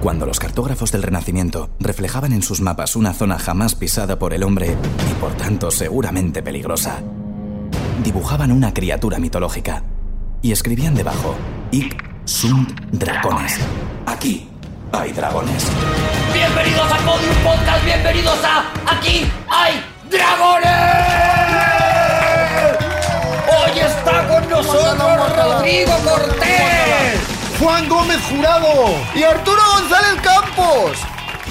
Cuando los cartógrafos del Renacimiento reflejaban en sus mapas una zona jamás pisada por el hombre y por tanto seguramente peligrosa, dibujaban una criatura mitológica y escribían debajo: Ic sunt dragones. Aquí hay dragones. Bienvenidos a Podium Podcast, bienvenidos a Aquí hay dragones. Hoy está con nosotros Rodrigo Cortés. Juan Gómez Jurado y Arturo González Campos.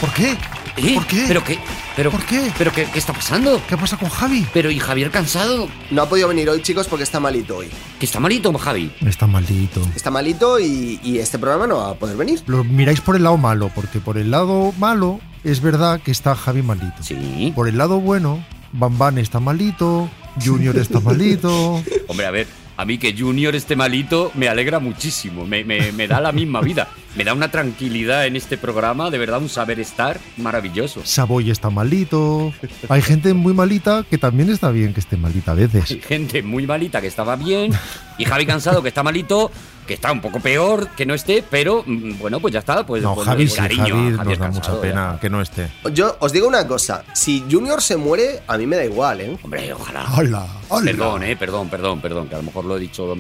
¿Por qué? ¿Eh? ¿Por qué? ¿Pero qué? ¿Pero, ¿Por qué? ¿Pero qué, qué está pasando? ¿Qué pasa con Javi? Pero ¿y Javier cansado? No ha podido venir hoy, chicos, porque está malito hoy. ¿Que está malito, Javi? Está maldito. Está malito y, y este programa no va a poder venir. Lo miráis por el lado malo, porque por el lado malo es verdad que está Javi maldito. Sí. Por el lado bueno, Bambán está malito, Junior está malito. Hombre, a ver, a mí que Junior esté malito me alegra muchísimo, me, me- me da la misma vida, me da una tranquilidad en este programa, de verdad un saber estar maravilloso. Saboy está malito. Hay gente muy malita que también está bien que esté malita a veces. Hay gente muy malita que estaba bien y Javi cansado que está malito, que está un poco peor que no esté, pero mm, bueno, pues ya está, pues No, pues, Javi sí, cariño a Javi nos Javier da Cansado, mucha ya. pena que no esté. Yo os digo una cosa, si Junior se muere, a mí me da igual, ¿eh? Hombre, ojalá. ¡Hola! ¡Hola! Perdón, eh, perdón, perdón, perdón, que a lo mejor lo he dicho,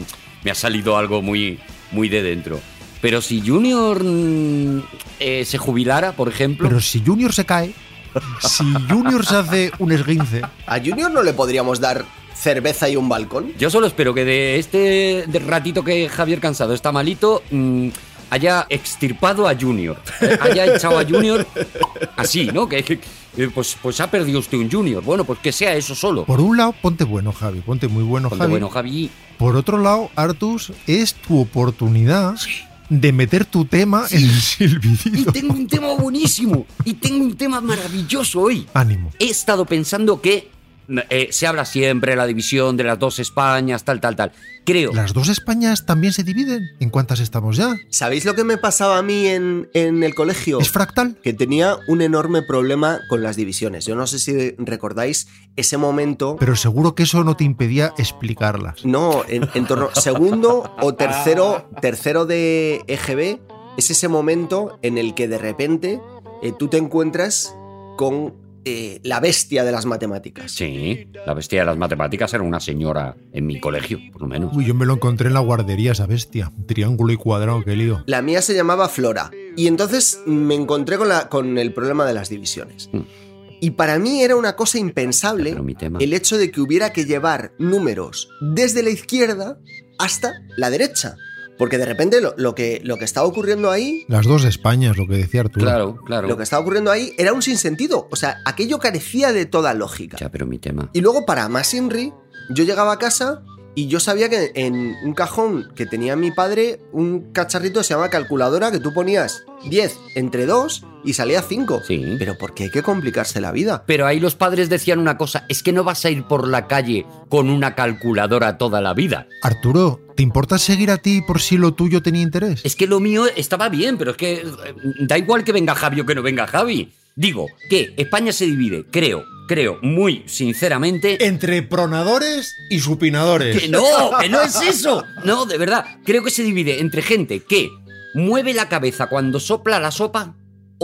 me ha salido algo muy, muy de dentro. Pero si Junior mm, eh, se jubilara, por ejemplo, Pero si Junior se cae, si Junior se hace un esguince, A Junior no le podríamos dar cerveza y un balcón. Yo solo espero que de este de ratito que Javier Cansado está malito, mm, haya extirpado a Junior. eh, Haya echado a Junior así, ¿no? Que, que- que, pues, pues ha perdido usted un Junior. Bueno, pues que sea eso solo. por un lado, ponte bueno, Javi, ponte muy bueno, Porque, Javi. bueno, Javi, Por otro lado, Artus, es tu oportunidad de meter tu tema en el y silbidito. tengo un tema buenísimo. Y tengo un tema maravilloso hoy. Ánimo. he estado pensando que eh, se habla siempre la división de las dos Españas, tal, tal, tal. Creo. ¿Las dos Españas también se dividen? ¿En cuántas estamos ya? ¿Sabéis lo que me pasaba a mí en, en el colegio? ¿Es fractal? Que tenía un enorme problema con las divisiones. Yo no sé si recordáis ese momento... Pero seguro que eso no te impedía explicarlas. No, en, en torno segundo o tercero, tercero de EGB es ese momento en el que de repente eh, tú te encuentras con eh, la bestia de las matemáticas. Sí, la bestia de las matemáticas era una señora en mi colegio, por lo menos. Uy, yo me lo encontré en la guardería esa bestia. Triángulo y cuadrado, qué lío. La mía se llamaba Flora y entonces me encontré con, la- con el problema de las divisiones. Mm. Y para mí era una cosa impensable Pero mi tema. el hecho de que hubiera que llevar números desde la izquierda hasta la derecha. Porque de repente lo- lo, que, lo que estaba ocurriendo ahí Las dos Españas, lo que decía Arturo. Claro, claro. Lo que estaba ocurriendo ahí era un sinsentido. O sea, aquello carecía de toda lógica. Ya, pero mi tema. Y luego, para más Inri, yo llegaba a casa y yo sabía que en un cajón que tenía mi padre, un cacharrito que se llama calculadora, que tú ponías 10 entre 2 y salía 5. Sí. Pero ¿por qué hay que complicarse la vida? Pero ahí los padres decían una cosa, es que no vas a ir por la calle con una calculadora toda la vida. Arturo, ¿te importa seguir a ti por si lo tuyo tenía interés? Es que lo mío estaba bien, pero es que eh, da igual que venga Javi o que no venga Javi. Digo, que España se divide, creo, creo, muy sinceramente, Entre pronadores y supinadores. Que no, que no es eso. No, de verdad. Creo que se divide entre gente que mueve la cabeza cuando sopla la sopa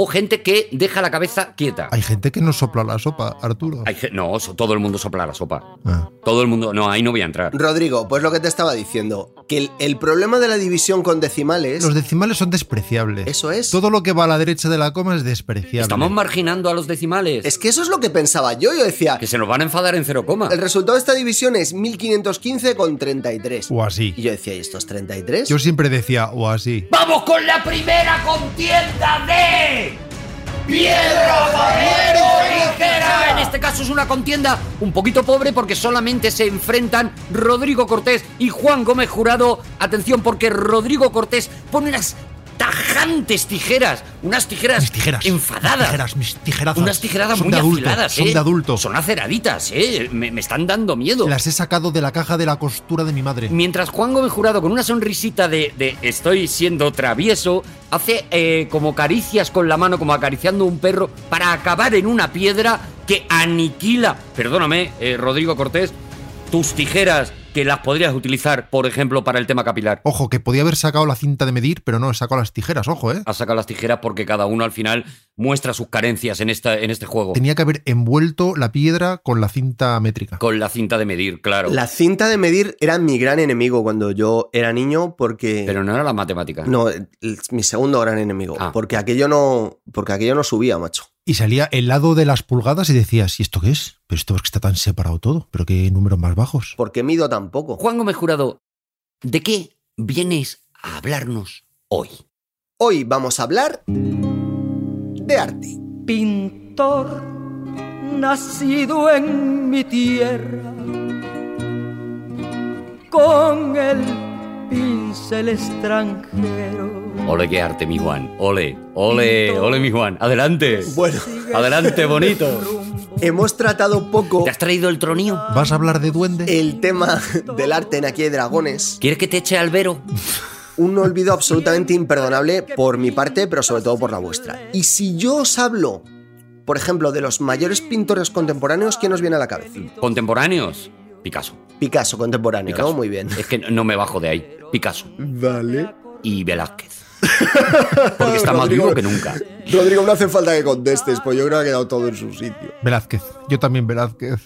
o gente que deja la cabeza quieta. Hay gente que no sopla la sopa, Arturo. Hay ge- no, so- todo el mundo sopla la sopa. Ah. Todo el mundo. No, ahí no voy a entrar. Rodrigo, pues lo que te estaba diciendo, que el, el problema de la división con decimales, Los decimales son despreciables. eso es. Todo lo que va a la derecha de la coma es despreciable. Estamos marginando a los decimales. Es que eso es lo que pensaba yo. Yo decía, Que se nos van a enfadar en cero coma. el resultado de esta división es 1515 con 33. O Y así. yo decía, ¿y estos 33? Yo siempre decía o así. ¡Vamos con la primera contienda de. Piedra, papel o tijera! En este caso es una contienda un poquito pobre porque solamente se enfrentan Rodrigo Cortés y Juan Gómez Jurado. Atención, porque Rodrigo Cortés pone unas tajantes tijeras. Unas tijeras, Mis tijeras. enfadadas. Mis tijeras, mis tijerazas. Unas tijeras Son muy de adulto, afiladas, Son ¿eh? de adulto. Son aceraditas, ¿eh? Me, me están dando miedo. Las he sacado de la caja de la costura de mi madre. Mientras Juan Gómez Jurado, con una sonrisita de, de estoy siendo travieso, hace eh, como caricias con la mano, como acariciando un perro, para acabar en una piedra que aniquila, perdóname, eh, Rodrigo Cortés, tus tijeras, que que las podrías utilizar, por ejemplo, para el tema capilar. Ojo, que podía haber sacado la cinta de medir, pero no, he sacado las tijeras, ojo, ¿eh? Has sacado las tijeras porque cada uno al final muestra sus carencias en, esta, en este juego. Tenía que haber envuelto la piedra con la cinta métrica. Con la cinta de medir, claro. La cinta de medir era mi gran enemigo cuando yo era niño porque... Pero no era la matemática. No, el- mi segundo gran enemigo. Ah. Porque, aquello no, porque aquello no subía, macho. Y salía el lado de las pulgadas y decías, ¿y esto qué es? Pero esto es que está tan separado todo, pero qué números más bajos. Porque mido tampoco. Juan Gómez Jurado, ¿de qué vienes a hablarnos hoy? Hoy vamos a hablar de arte. pintor nacido en mi tierra, con el pincel extranjero. Ole, qué arte, mi Juan. Ole, ole, ole, mi Juan. Adelante. Bueno, Adelante, bonito. hemos tratado poco ¿Te has traído el tronío? ¿Vas a hablar de Eh. duende? el tema del arte en Aquí hay dragones. ¿Quieres que te eche al vero? Un olvido absolutamente imperdonable por mi parte, pero sobre todo por la vuestra. Y si yo os hablo, por ejemplo, de los mayores pintores contemporáneos, ¿quién os viene a la cabeza? ¿Contemporáneos? Picasso. Picasso contemporáneo, Picasso. ¿no? Muy bien. Es que no me bajo de ahí. Picasso. Vale. Y Velázquez. Porque está más vivo que nunca. Rodrigo, no hace falta que contestes, pues yo creo que ha quedado todo en su sitio. Velázquez. Yo también Velázquez.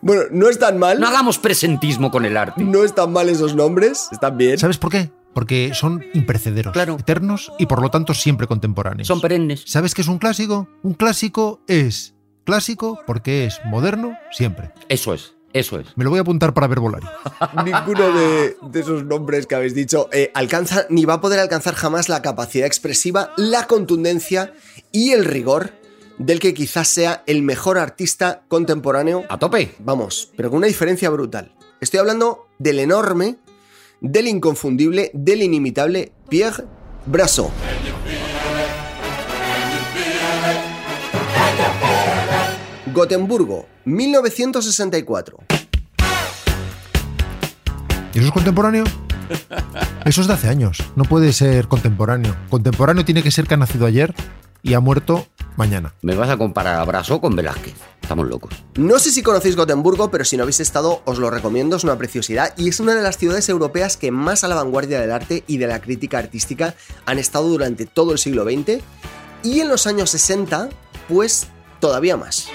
Bueno, no es tan mal. No hagamos presentismo con el arte. No están mal esos nombres, están bien. Eh, ¿Sabes por qué? Porque son imperecederos, Claro. eternos y por lo tanto siempre contemporáneos. Son perennes. ¿Sabes qué es un clásico? Un clásico es clásico porque es moderno siempre. Eso es, eso es. Me lo voy a apuntar para ver volar. Ninguno de, de esos nombres que habéis dicho eh, alcanza ni va a poder alcanzar jamás la capacidad expresiva, la contundencia y el rigor del que quizás sea el mejor artista contemporáneo. A tope. Vamos, pero con una diferencia brutal. Estoy hablando del enorme, del inconfundible, del inimitable Pierre Brassot. Gotemburgo, 1964. ¿Y eso es contemporáneo? Eso es de hace años. No puede ser contemporáneo. Contemporáneo tiene que ser que ha nacido ayer y ha muerto mañana. Me vas a comparar a Brazo con Velázquez. Estamos locos. No sé si conocéis Gotemburgo, pero si no habéis estado, os lo recomiendo, es una preciosidad y es una de las ciudades europeas que más a la vanguardia del arte y de la crítica artística han estado durante todo el siglo XX y en los años 60, pues todavía más.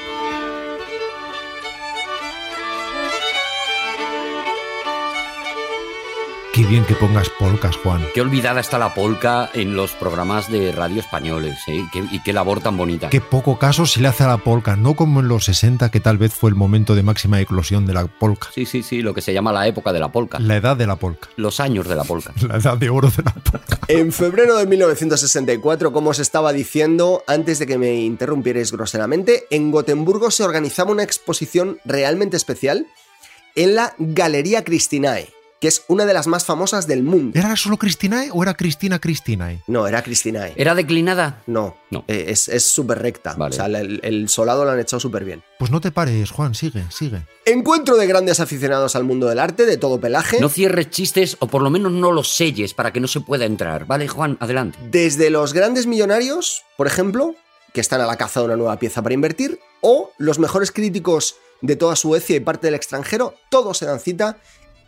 Qué bien que pongas polcas, Juan. Qué olvidada está la polca en los programas de radio españoles. ¿eh? Qué- y qué labor tan bonita. Qué poco caso se le hace a la polca, no como en los 60 que tal vez fue el momento de máxima eclosión de la polca. Sí, sí, sí, lo que se llama la época de la polca. La edad de la polca. Los años de la polca. La edad de oro de la polca. En febrero de 1964, como os estaba diciendo antes de que me interrumpierais groseramente, en Gotemburgo se organizaba una exposición realmente especial en la Galería Cristinae, que es una de las más famosas del mundo. ¿Era solo Cristinae o era Cristina Cristinae? No, era Cristinae. ¿Era declinada? No, No. eh, es es súper recta. Vale. O sea, el, el solado lo han echado súper bien. Pues no te pares, Juan, sigue, sigue. Encuentro de grandes aficionados al mundo del arte, de todo pelaje. No cierres chistes o por lo menos no los selles para que no se pueda entrar. Vale, Juan, adelante. Desde los grandes millonarios, por ejemplo, que están a la caza de una nueva pieza para invertir, o los mejores críticos de toda Suecia y parte del extranjero, todos se dan cita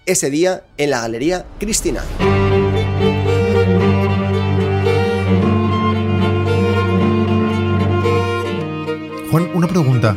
ese día en la Galería Cristina. Juan, una pregunta.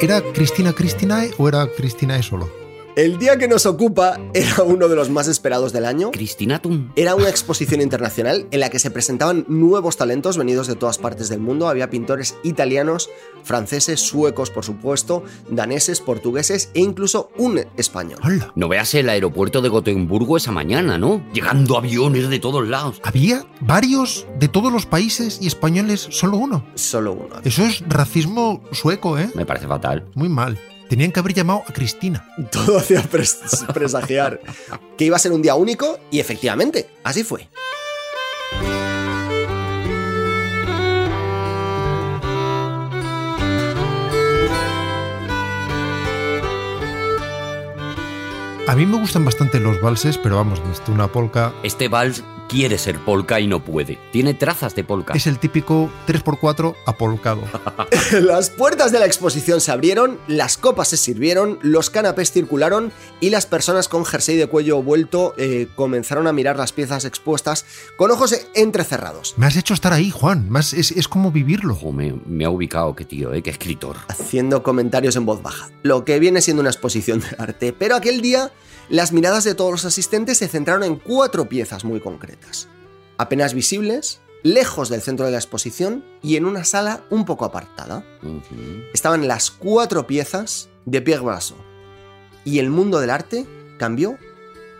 ¿Era Cristina Cristinae o era Cristinae solo? El día que nos ocupa era uno de los más esperados del año. Cristinatum. Era una exposición internacional en la que se presentaban nuevos talentos venidos de todas partes del mundo. Había pintores italianos, franceses, suecos, por supuesto, daneses, portugueses e incluso un español. ¡Hala! No veas el aeropuerto de Gotemburgo esa mañana, ¿no? Llegando aviones de todos lados. Había varios de todos los países y españoles, solo uno. Solo uno. Eso es racismo sueco, ¿eh? Me parece fatal. Muy mal. Tenían que haber llamado a Cristina. Todo hacía pres- presagiar que iba a ser un día único y efectivamente, así fue. A mí me gustan bastante los valses, pero vamos, necesito una polca. Este vals quiere ser polka y no puede. Tiene trazas de polka. Es el típico 3x4 apolcado. Las puertas de la exposición se abrieron, las copas se sirvieron, los canapés circularon y las personas con jersey de cuello vuelto eh, comenzaron a mirar las piezas expuestas con ojos eh, entrecerrados. Me has hecho estar ahí, Juan. Me has- es, es como vivirlo. Ojo, me, me ha ubicado, qué tío, eh, qué escritor. haciendo comentarios en voz baja, lo que viene siendo una exposición de arte. Pero aquel día, las miradas de todos los asistentes se centraron en cuatro piezas muy concretas, apenas visibles, lejos del centro de la exposición y en una sala un poco apartada. Ujú. Estaban las cuatro piezas de Pierre Brasso. Y el mundo del arte cambió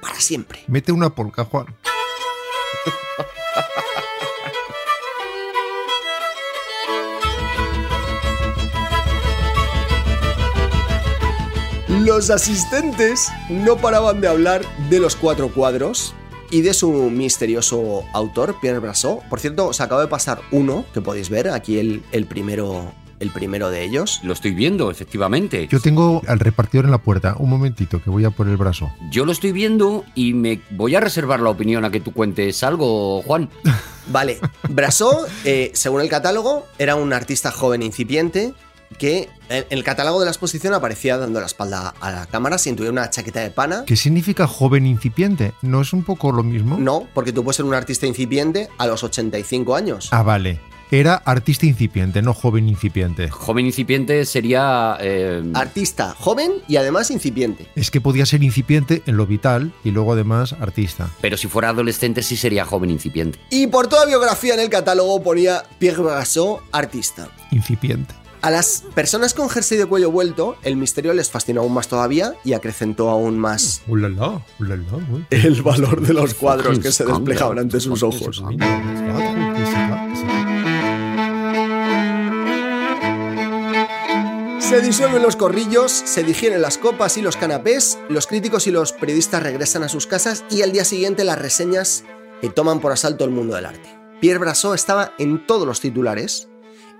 para siempre. Mete una polca, Juan. Los asistentes no paraban de hablar de los cuatro cuadros y de su misterioso autor, Pierre Brassot. Por cierto, os acabo de pasar uno que podéis ver, aquí el, el primero, el primero de ellos. Lo estoy viendo, efectivamente. Yo tengo al repartidor en la puerta. Un momentito, que voy a por el brazo. Yo lo estoy viendo y me voy a reservar la opinión a que tú cuentes algo, Juan. Vale, Brassot, eh, según el catálogo, era un artista joven e incipiente que eh, en el catálogo de la exposición aparecía dando la espalda a la cámara sin tuviera una chaqueta de pana. ¿Qué significa joven incipiente? ¿No es un poco lo mismo? No, porque tú puedes ser un artista incipiente a los 85 años. Ah, vale. Era artista incipiente, no joven incipiente. Joven incipiente sería... eh, Ah. Artista joven y además incipiente. Es que podía ser incipiente en lo vital y luego además artista. pero si fuera adolescente sí sería joven incipiente. Y por toda biografía en el catálogo ponía Pierre Brassot, artista. Incipiente. A las personas con jersey de cuello vuelto, el misterio les fascinó aún más todavía y acrecentó aún más Ulala, ulala, uy. el valor de los cuadros que se desplejaban ante sus ojos. Se disuelven los corrillos, se digieren las copas y los canapés, los críticos y los periodistas regresan a sus casas y al día siguiente las reseñas que toman por asalto el mundo del arte. Pierre Brassot estaba en todos los titulares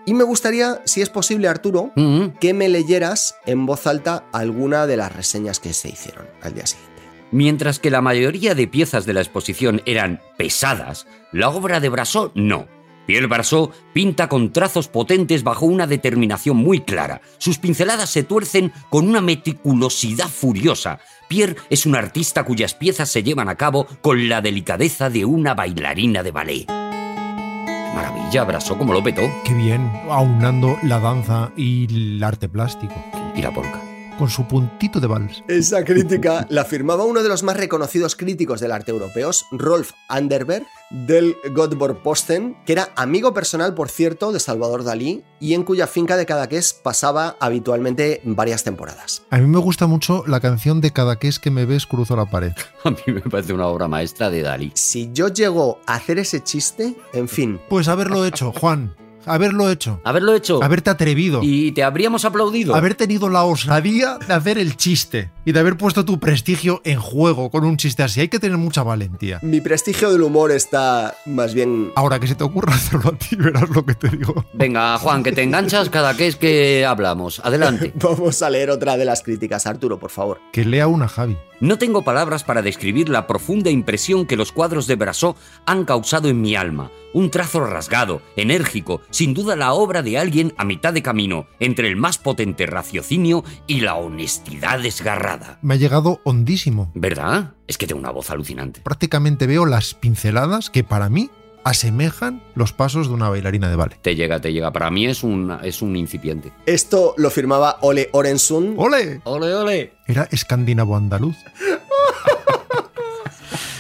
y me gustaría, si es posible, Arturo, Mm, que me leyeras en voz alta alguna de las reseñas que se hicieron al día siguiente. Mientras que la mayoría de piezas de la exposición eran pesadas, la obra de Brassot no. Pierre Brassot pinta con trazos potentes bajo una determinación muy clara. Sus pinceladas se tuercen con una meticulosidad furiosa. Pierre es un artista cuyas piezas se llevan a cabo con la delicadeza de una bailarina de ballet. ¡Qué Maravilla, Brassot, como lo petó. Qué bien, aunando la danza y el arte plástico, Y la polca. con su puntito de vals. Esa crítica la firmaba uno de los más reconocidos críticos del arte europeos, Rolf Anderberg, del Göteborg Posten, que era amigo personal, por cierto, de Salvador Dalí y en cuya finca de Cadaqués pasaba habitualmente varias temporadas. A mí me gusta mucho la canción de Cada que es que me ves cruzo la pared. A mí me parece una obra maestra de Dalí. Si yo llego a hacer ese chiste, en fin, Pues haberlo hecho, Juan, haberlo hecho, Haberlo hecho haberte atrevido, y te habríamos aplaudido. haber tenido la osadía de hacer el chiste y de haber puesto tu prestigio en juego con un chiste así. Hay que tener mucha valentía. mi prestigio del humor está más bien... Ahora que se te ocurra hacerlo a ti, verás lo que te digo. Venga, Juan, que te enganchas cada que es que hablamos. Adelante. Vamos a leer otra de las críticas, Arturo, por favor. Que lea una Javi. No tengo palabras para describir la profunda impresión que los cuadros de Brassot han causado en mi alma. Un trazo rasgado, enérgico, sin duda la obra de alguien a mitad de camino, entre el más potente raciocinio y la honestidad desgarrada. Me ha llegado hondísimo. ¿Verdad? Es que tengo una voz alucinante. Prácticamente veo las pinceladas que para mí asemejan los pasos de una bailarina de ballet. Te llega, te llega. Para mí es un, es un incipiente. Esto lo firmaba Ole Orensson, ¡Ole! ¡Ole, ole! Era escandinavo andaluz.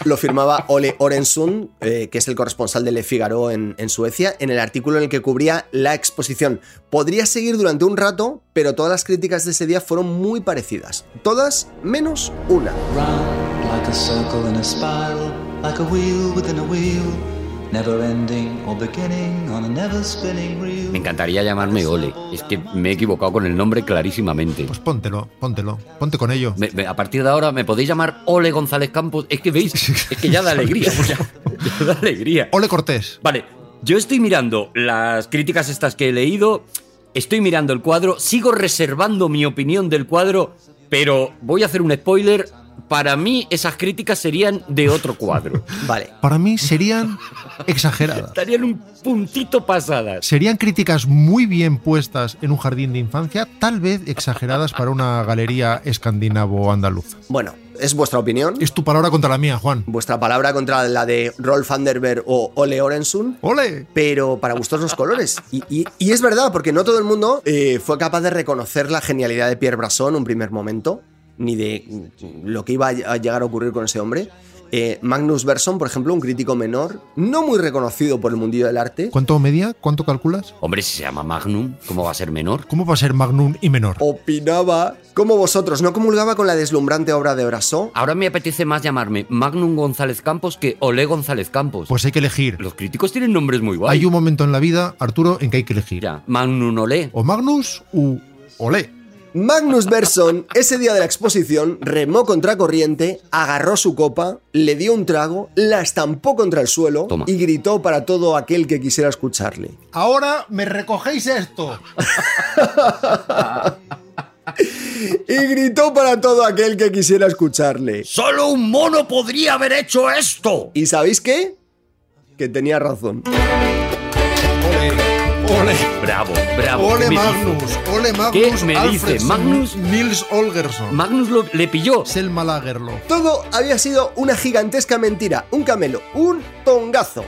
Lo firmaba Ole Orensson, eh, que es el corresponsal de Le Figaro en, en Suecia, en el artículo en el que cubría la exposición. Podría seguir durante un rato, pero todas las críticas de ese día fueron muy parecidas. Todas menos una. Round like a circle in a spiral, like a wheel within a wheel, never ending or beginning on a never spinning reel. Me encantaría llamarme Ole. Es que me he equivocado con el nombre clarísimamente. Pues póntelo, póntelo, ponte con ello. Me- me- a partir de ahora me podéis llamar Ole González Campos. Es que veis, es que ya da alegría. Ya, ya da alegría. ¡Ole Cortés! Vale, yo estoy mirando las críticas estas que he leído. Estoy mirando el cuadro. Sigo reservando mi opinión del cuadro. Pero voy a hacer un spoiler. para mí esas críticas serían de otro cuadro. Vale. Para mí serían exageradas. Estarían un puntito pasadas. Serían críticas muy bien puestas en un jardín de infancia, tal vez exageradas para una galería escandinavo-andaluza. Bueno, es vuestra opinión. Es tu palabra contra la mía, Juan. Vuestra palabra contra la de Rolf Vanderberg o Ole Orensun. ¡Ole! Pero para gustos los colores. Y, y- y es verdad, porque no todo el mundo eh, fue capaz de reconocer la genialidad de Pierre Brasson en un primer momento, ni de mm, lo que iba a ll- a llegar a ocurrir con ese hombre. Eh, Magnus Bersson, por ejemplo, un crítico menor, no muy reconocido por el mundillo del arte, ¿Cuánto media? ¿Cuánto calculas? Hombre, si se llama Magnum, ¿cómo va a ser menor? ¿Cómo va a ser Magnum y menor? opinaba como vosotros, no comulgaba con la deslumbrante obra de Brasson. Ahora me apetece más llamarme Magnum González Campos que Olé González Campos. Pues hay que elegir. Los críticos tienen nombres muy guay. Hay un momento en la vida, Arturo, en que hay que elegir. Mira, Magnum Olé. O Magnus u Ole. Magnus Bersson, ese día de la exposición, remó contra corriente, agarró su copa, le dio un trago, la estampó contra el suelo Toma. y gritó para todo aquel que quisiera escucharle. Ahora me recogéis esto. Y gritó para todo aquel que quisiera escucharle. ¡Solo un mono podría haber hecho esto! ¿Y sabéis qué? Que tenía razón. Ole. Bravo, bravo. Ole ¿qué me Magnus. dice? Ole Magnus. ¿Qué me dice? Alfredson, Magnus- Nils Olgerson. Magnus lo- le pilló. Selma Lagerlo. Todo había sido una gigantesca mentira, un camelo, un tongazo.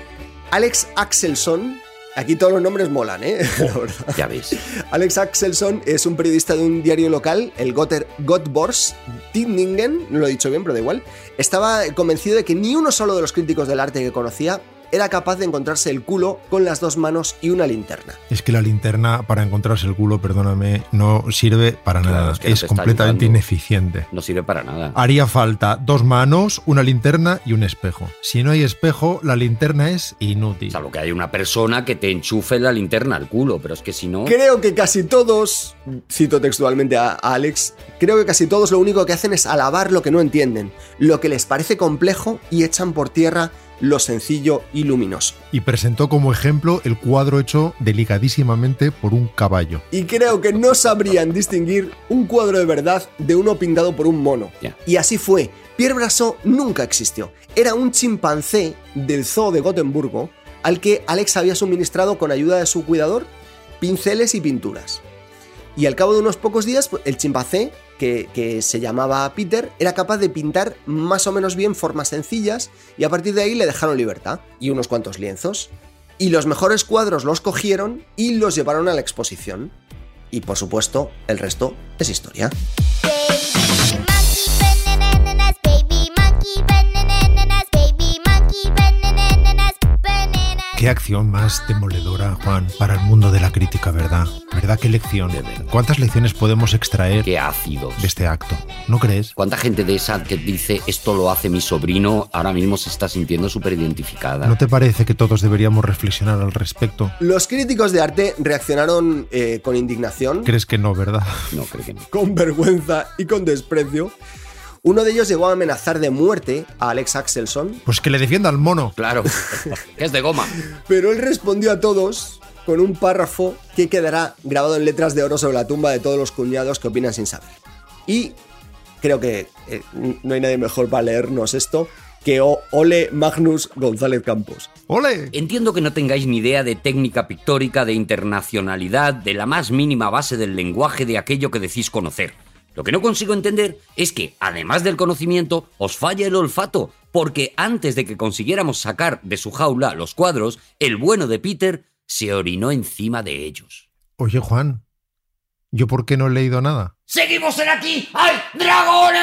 Alex Axelson, aquí todos los nombres molan, ¿eh? La verdad. Ya ves. Alex Axelson es un periodista de un diario local, el Gotter Gottbors Tinningen, no lo he dicho bien, pero da igual. Estaba convencido de que ni uno solo de los críticos del arte que conocía era capaz de encontrarse el culo con las dos manos y una linterna. Es que la linterna para encontrarse el culo, perdóname, no sirve para Claro, nada. es Es, que no te está completamente ayudando. ineficiente. No sirve para nada. Haría falta dos manos, una linterna y un espejo. Si no hay espejo, la linterna es inútil. Salvo que hay una persona que te enchufe la linterna al culo, pero es que si no. Creo que casi todos, cito textualmente a, a Alex, creo que casi todos lo único que hacen es alabar lo que no entienden, lo que les parece complejo y echan por tierra lo sencillo y luminoso. Y presentó como ejemplo el cuadro hecho delicadísimamente por un caballo. Y creo que no sabrían distinguir un cuadro de verdad de uno pintado por un mono. Ya. Y así fue. Pierre Brasson nunca existió. Era un chimpancé del zoo de Gotemburgo al que Alex había suministrado con ayuda de su cuidador pinceles y pinturas. Y al cabo de unos pocos días, pues, el chimpancé, que, que se llamaba Peter, era capaz de pintar más o menos bien formas sencillas y a partir de ahí le dejaron libertad y unos cuantos lienzos. Y los mejores cuadros los cogieron y los llevaron a la exposición. Y por supuesto, el resto es historia. Qué acción más demoledora, Juan, para el mundo de la crítica, ¿verdad? ¿Verdad qué lección? ¿Cuántas lecciones podemos extraer Qué ácidos. de este acto? ¿No crees? ¿Cuánta gente de esa que dice esto lo hace mi sobrino ahora mismo se está sintiendo súper identificada? ¿No te parece que todos deberíamos reflexionar al respecto? Los críticos de arte reaccionaron eh, con indignación, ¿Crees que no, verdad? No, creo que no. con vergüenza y con desprecio. Uno de ellos llegó a amenazar de muerte a Alex Axelson, Pues que le defienda al mono. Claro, que es de goma. pero él respondió a todos con un párrafo que quedará grabado en letras de oro sobre la tumba de todos los cuñados que opinan sin saber. Y creo que eh, no hay nadie mejor para leernos esto que O- Ole Magnus González Campos. ¡Ole! Entiendo que no tengáis ni idea de técnica pictórica, de internacionalidad, de la más mínima base del lenguaje de aquello que decís conocer. Lo que no consigo entender es que, además del conocimiento, os falla el olfato, porque antes de que consiguiéramos sacar de su jaula los cuadros, el bueno de Peter se orinó encima de ellos. Oye, Juan, ¿yo por qué no he leído nada? ¡Seguimos en aquí! ¡Hay dragones!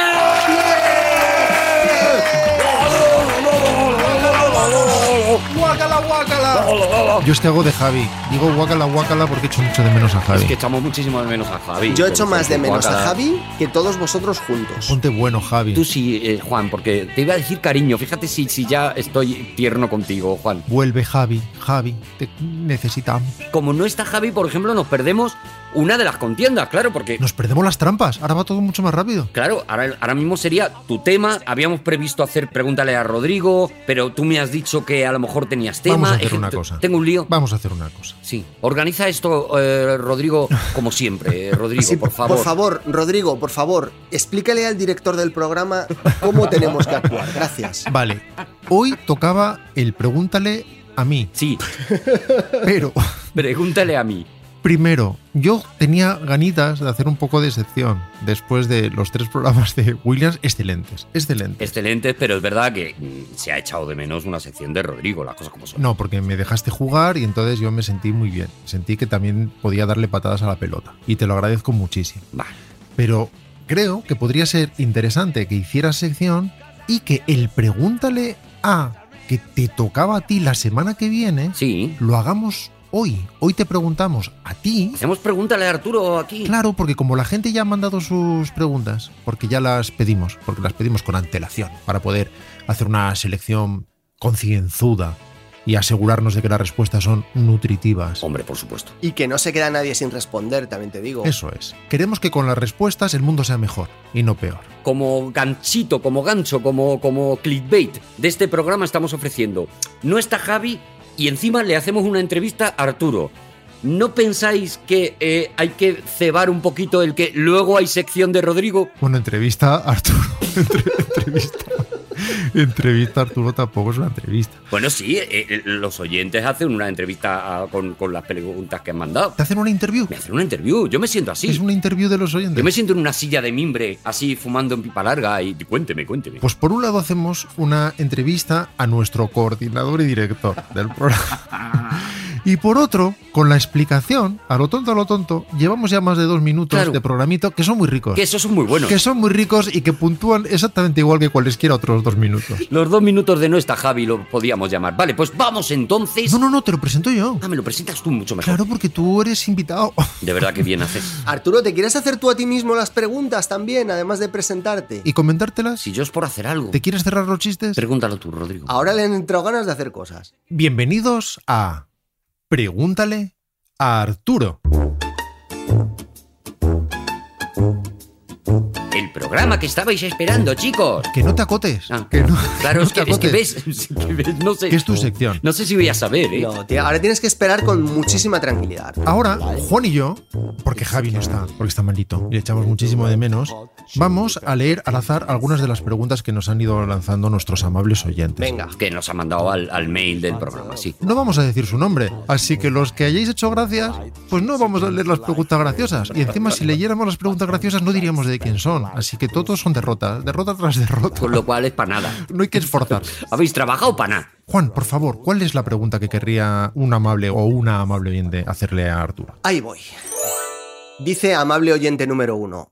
¡Guácala, guácala! Yo es que hago de Javi. Digo guácala, guácala porque echo mucho de menos a Javi. Es que echamos muchísimo de menos a Javi. Yo echo más de menos a Guácala. Javi que todos vosotros juntos. Ponte bueno, Javi. Tú sí, eh, Juan, porque te iba a decir cariño. Fíjate si, si ya estoy tierno contigo, Juan. Vuelve, Javi. Javi, te necesitamos. Como no está Javi, por ejemplo, nos perdemos una de las contiendas, claro, porque Nos perdemos las trampas, ahora va todo mucho más rápido. Claro, ahora, ahora mismo sería tu tema. Habíamos previsto hacer pregúntale a Rodrigo, pero tú me has dicho que a lo mejor tenías tema. Vamos a hacer Eje- una t- cosa. Tengo un lío. Vamos a hacer una cosa. Sí. Organiza esto, eh, Rodrigo, como siempre. eh, Rodrigo, Sí, por favor. Por favor, Rodrigo, por favor, explícale al director del programa cómo tenemos que actuar. Gracias. Vale, hoy tocaba el pregúntale a mí, Sí, pero pregúntale a mí. primero, yo tenía ganitas de hacer un poco de sección después de los tres programas de Williams excelentes, excelentes. Excelente, pero es verdad que mm, se ha echado de menos una sección de Rodrigo, las cosas como son. No, porque me dejaste jugar y entonces yo me sentí muy bien. Sentí que también podía darle patadas a la pelota. Y te lo agradezco muchísimo. Vale. Pero creo que podría ser interesante que hicieras sección y que el pregúntale a que te tocaba a ti la semana que viene, Sí. lo hagamos hoy. Hoy te preguntamos a ti. Hacemos pregúntale a Arturo aquí. Claro, porque como la gente ya ha mandado sus preguntas, porque ya las pedimos, porque las pedimos con antelación, para poder hacer una selección concienzuda y asegurarnos de que las respuestas son nutritivas. Hombre, por supuesto. Y que no se queda nadie sin responder, también te digo. Eso es. Queremos que con las respuestas el mundo sea mejor y no peor. como ganchito, como gancho, como, como clickbait de este programa estamos ofreciendo. No está Javi y encima le hacemos una entrevista a Arturo. ¿No pensáis que eh, hay que cebar un poquito el que luego hay sección de Rodrigo? Bueno, entrevista a Arturo. Entre- entrevista. Entrevista a Arturo tampoco es una entrevista. Bueno, sí, eh, eh, los oyentes hacen una entrevista a- con, con las preguntas que han mandado. ¿Te hacen una interview? Me hacen una interview, yo me siento Es así. una interview de los Yo me oyentes. siento en una silla de mimbre, así fumando en pipa larga y cuénteme, cuénteme. Pues por un lado hacemos una entrevista a nuestro coordinador y director del programa. Y por otro, con la explicación, a lo tonto, a lo tonto, llevamos ya más de dos minutos Claro. de programito que son muy ricos. Que esos son muy buenos. Que son muy ricos y que puntúan exactamente igual que cualesquiera otros dos minutos. Los dos minutos de no está Javi lo podíamos llamar. Vale, pues vamos entonces. No, no, no, te lo presento yo. Ah, me lo presentas tú mucho mejor. Claro, porque tú eres invitado. De verdad que bien haces. Arturo, ¿te quieres hacer tú a ti mismo las preguntas también, además de presentarte? ¿Y comentártelas? Si yo es por hacer algo. ¿Te quieres cerrar los chistes? Pregúntalo tú, Rodrigo. Ah, Ahora le han entrado ganas de hacer cosas. Bienvenidos a Pregúntale a Arturo. El programa que estabais esperando, chicos. Que no te acotes. Ah, que no, Claro, no es que, te es que acotes. ves, es que ves, no sé. Que es tu sección. No sé si voy a saber, ¿eh? No, tío, ahora tienes que esperar con muchísima tranquilidad. Arturo. Ahora, Juan y yo, porque Javi no está, porque está maldito, y le echamos muchísimo de menos, vamos a leer al azar algunas de las preguntas que nos han ido lanzando nuestros amables oyentes. Venga. Que nos ha mandado al, al mail del programa, sí. No vamos a decir su nombre, así que los que hayáis hecho gracias, pues no vamos a leer las preguntas graciosas. Y encima, si leyéramos las preguntas graciosas, no diríamos de quién son. Así que todos son derrotas, derrota tras derrota. Con lo cual es para nada. No hay que esforzarse. ¿Habéis trabajado para nada? Juan, por favor, ¿cuál es la pregunta que querría un amable o una amable oyente hacerle a Arturo? Ahí voy. Dice amable oyente número uno.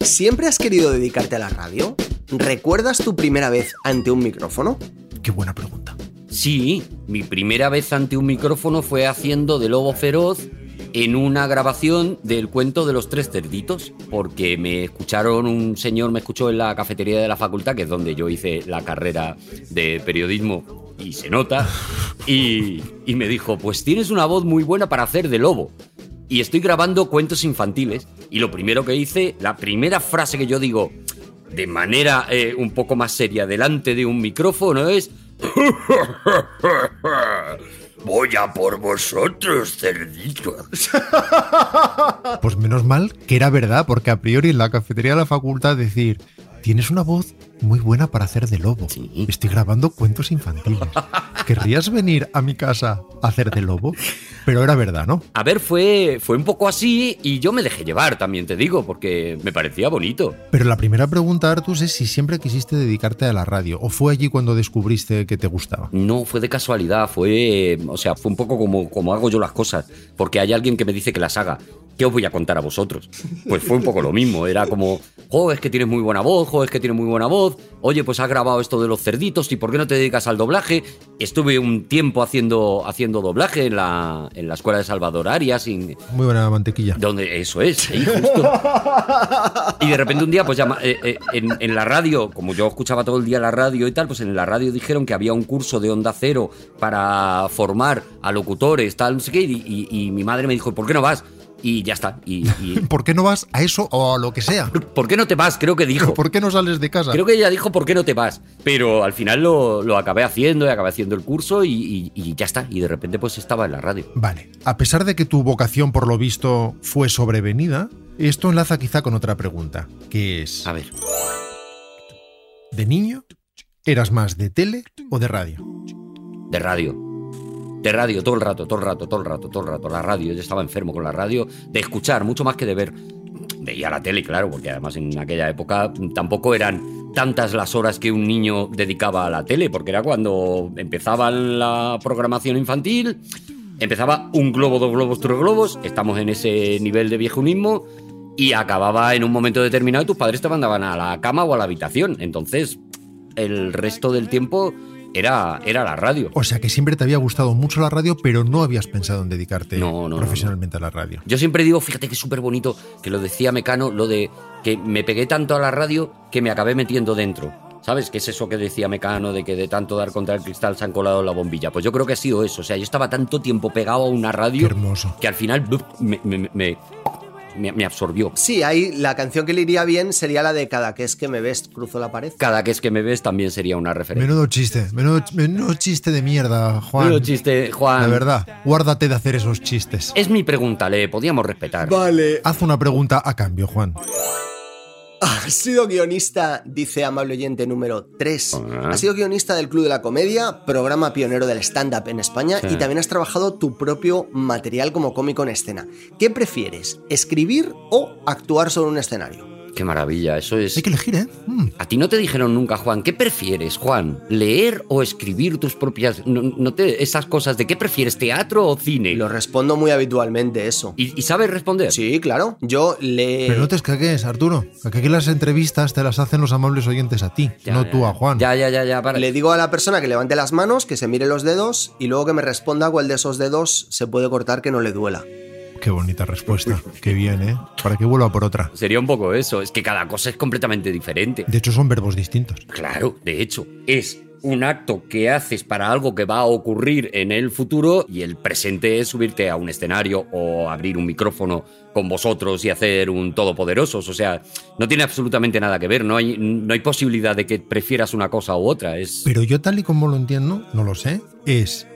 ¿Siempre has querido dedicarte a la radio? ¿Recuerdas tu primera vez ante un micrófono? Qué buena pregunta. Sí, mi primera vez ante un micrófono fue haciendo de lobo feroz en una grabación del cuento de los tres cerditos, porque me escucharon, un señor me escuchó en la cafetería de la facultad, que es donde yo hice la carrera de periodismo, y se nota, y, y me dijo, pues tienes una voz muy buena para hacer de lobo. Y estoy grabando cuentos infantiles, y lo primero que hice, la primera frase que yo digo, de manera eh, un poco más seria, delante de un micrófono, es... Voy a por vosotros, cerditos. Pues menos mal que era verdad, porque a priori en la cafetería de la facultad decir, tienes una voz muy buena para hacer de lobo. Sí. Estoy grabando cuentos infantiles. ¿Querrías venir a mi casa a hacer de lobo? Pero era verdad, ¿no? A ver, fue, fue un poco así y yo me dejé llevar, también te digo, porque me parecía bonito. Pero la primera pregunta, Artus, es si siempre quisiste dedicarte a la radio o fue allí cuando descubriste que te gustaba. No, fue de casualidad, fue. O sea, fue un poco como, como hago yo las cosas, porque hay alguien que me dice que las haga. ¿Qué os voy a contar a vosotros? Pues fue un poco lo mismo, era como, jo, es que tienes muy buena voz, jo, es que tienes muy buena voz, oye, pues has grabado esto de los cerditos, ¿y por qué no te dedicas al doblaje? Estuve un tiempo haciendo, haciendo doblaje en la, en la escuela de Salvador Arias, en, Muy buena mantequilla. Donde eso es, ahí justo. Y de repente un día, pues llama- eh, eh, en, en la radio, como yo escuchaba todo el día la radio y tal, pues en la radio dijeron que había un curso de onda cero para formar a locutores, tal, no sé qué, y, y- y mi madre me dijo, ¿por qué no vas? y ya está. Y, y- ¿Por qué no vas a eso o a lo que sea? ¿Por qué no te vas? Creo que dijo. ¿Por qué no sales de casa? Creo que ella dijo, ¿por qué no te vas? Pero al final lo, lo acabé haciendo, y acabé haciendo el curso y, y- y ya está. Y de repente pues estaba en la radio. Vale, a pesar de que tu vocación por lo visto fue sobrevenida, esto enlaza quizá con otra pregunta, que es, A ver. ¿de niño eras más de tele o de radio? De radio. De radio, todo el rato, todo el rato, todo el rato, todo el rato. La radio, yo estaba enfermo con la radio, de escuchar mucho más que de ver. Veía la tele, claro, porque además en aquella época tampoco eran tantas las horas que un niño dedicaba a la tele, porque era cuando empezaba la programación infantil, empezaba un globo, dos globos, tres globos, estamos en ese nivel de viejunismo, y acababa en un momento determinado y tus padres te mandaban a la cama o a la habitación. Entonces, el resto del tiempo era, era la radio. O sea que siempre te había gustado mucho la radio, pero no habías pensado en dedicarte No, no, no, profesionalmente a la radio. Yo siempre digo, fíjate que es súper bonito, que lo decía Mecano, lo de que me pegué tanto a la radio que me acabé metiendo dentro. ¿Sabes? ¿Qué es eso que decía Mecano de que de tanto dar contra el cristal se han colado la bombilla? Pues yo creo que ha sido eso. O sea, yo estaba tanto tiempo pegado a una Qué radio hermoso. que al final buf, me, me- me- me- me absorbió. Sí, ahí la canción que le iría bien sería la de Cada que es que me ves, cruzo la pared. Cada que es que me ves también sería una referencia. Menudo chiste, menudo, menudo chiste de mierda, Juan. Menudo chiste, Juan. Eh. La verdad, guárdate de hacer esos chistes. Es mi pregunta, le podíamos respetar. Vale. Haz una pregunta a cambio, Juan. ¿Has sido guionista, dice amable oyente número 3? Ah. ¿Has sido guionista del Club de la Comedia, programa pionero del stand-up en España y también has trabajado tu propio material como cómico en escena? ¿Qué prefieres, escribir o actuar sobre un escenario? Qué maravilla, eso es. Hay que elegir, ¿eh? Mm. A ti no te dijeron nunca, Juan, ¿qué prefieres, Juan? ¿Leer o escribir tus propias... No, no te... Esas cosas de qué prefieres, teatro o cine? Lo respondo muy habitualmente eso. ¿Y, y sabes responder? Sí, claro. Yo le... Pero no te escaques, Arturo. Que aquí las entrevistas te las hacen los amables oyentes a ti, Ya, no ya, tú a ya. Juan. Ya, ya, ya, ya, para. Le digo a la persona que levante las manos, que se mire los dedos y luego que me responda cuál de esos dedos se puede cortar que no le duela. Qué bonita respuesta. Qué bien, ¿eh? Para que vuelva por otra. Sería un poco eso, es que cada cosa es completamente diferente. De hecho, son verbos distintos. Claro, de hecho, es un acto que haces para algo que va a ocurrir en el futuro y el presente es subirte a un escenario o abrir un micrófono con vosotros y hacer un todopoderosos. O sea, no tiene absolutamente nada que ver, no hay, no hay posibilidad de que prefieras una cosa u otra. Es... Pero yo, tal y como lo entiendo, no lo sé, es.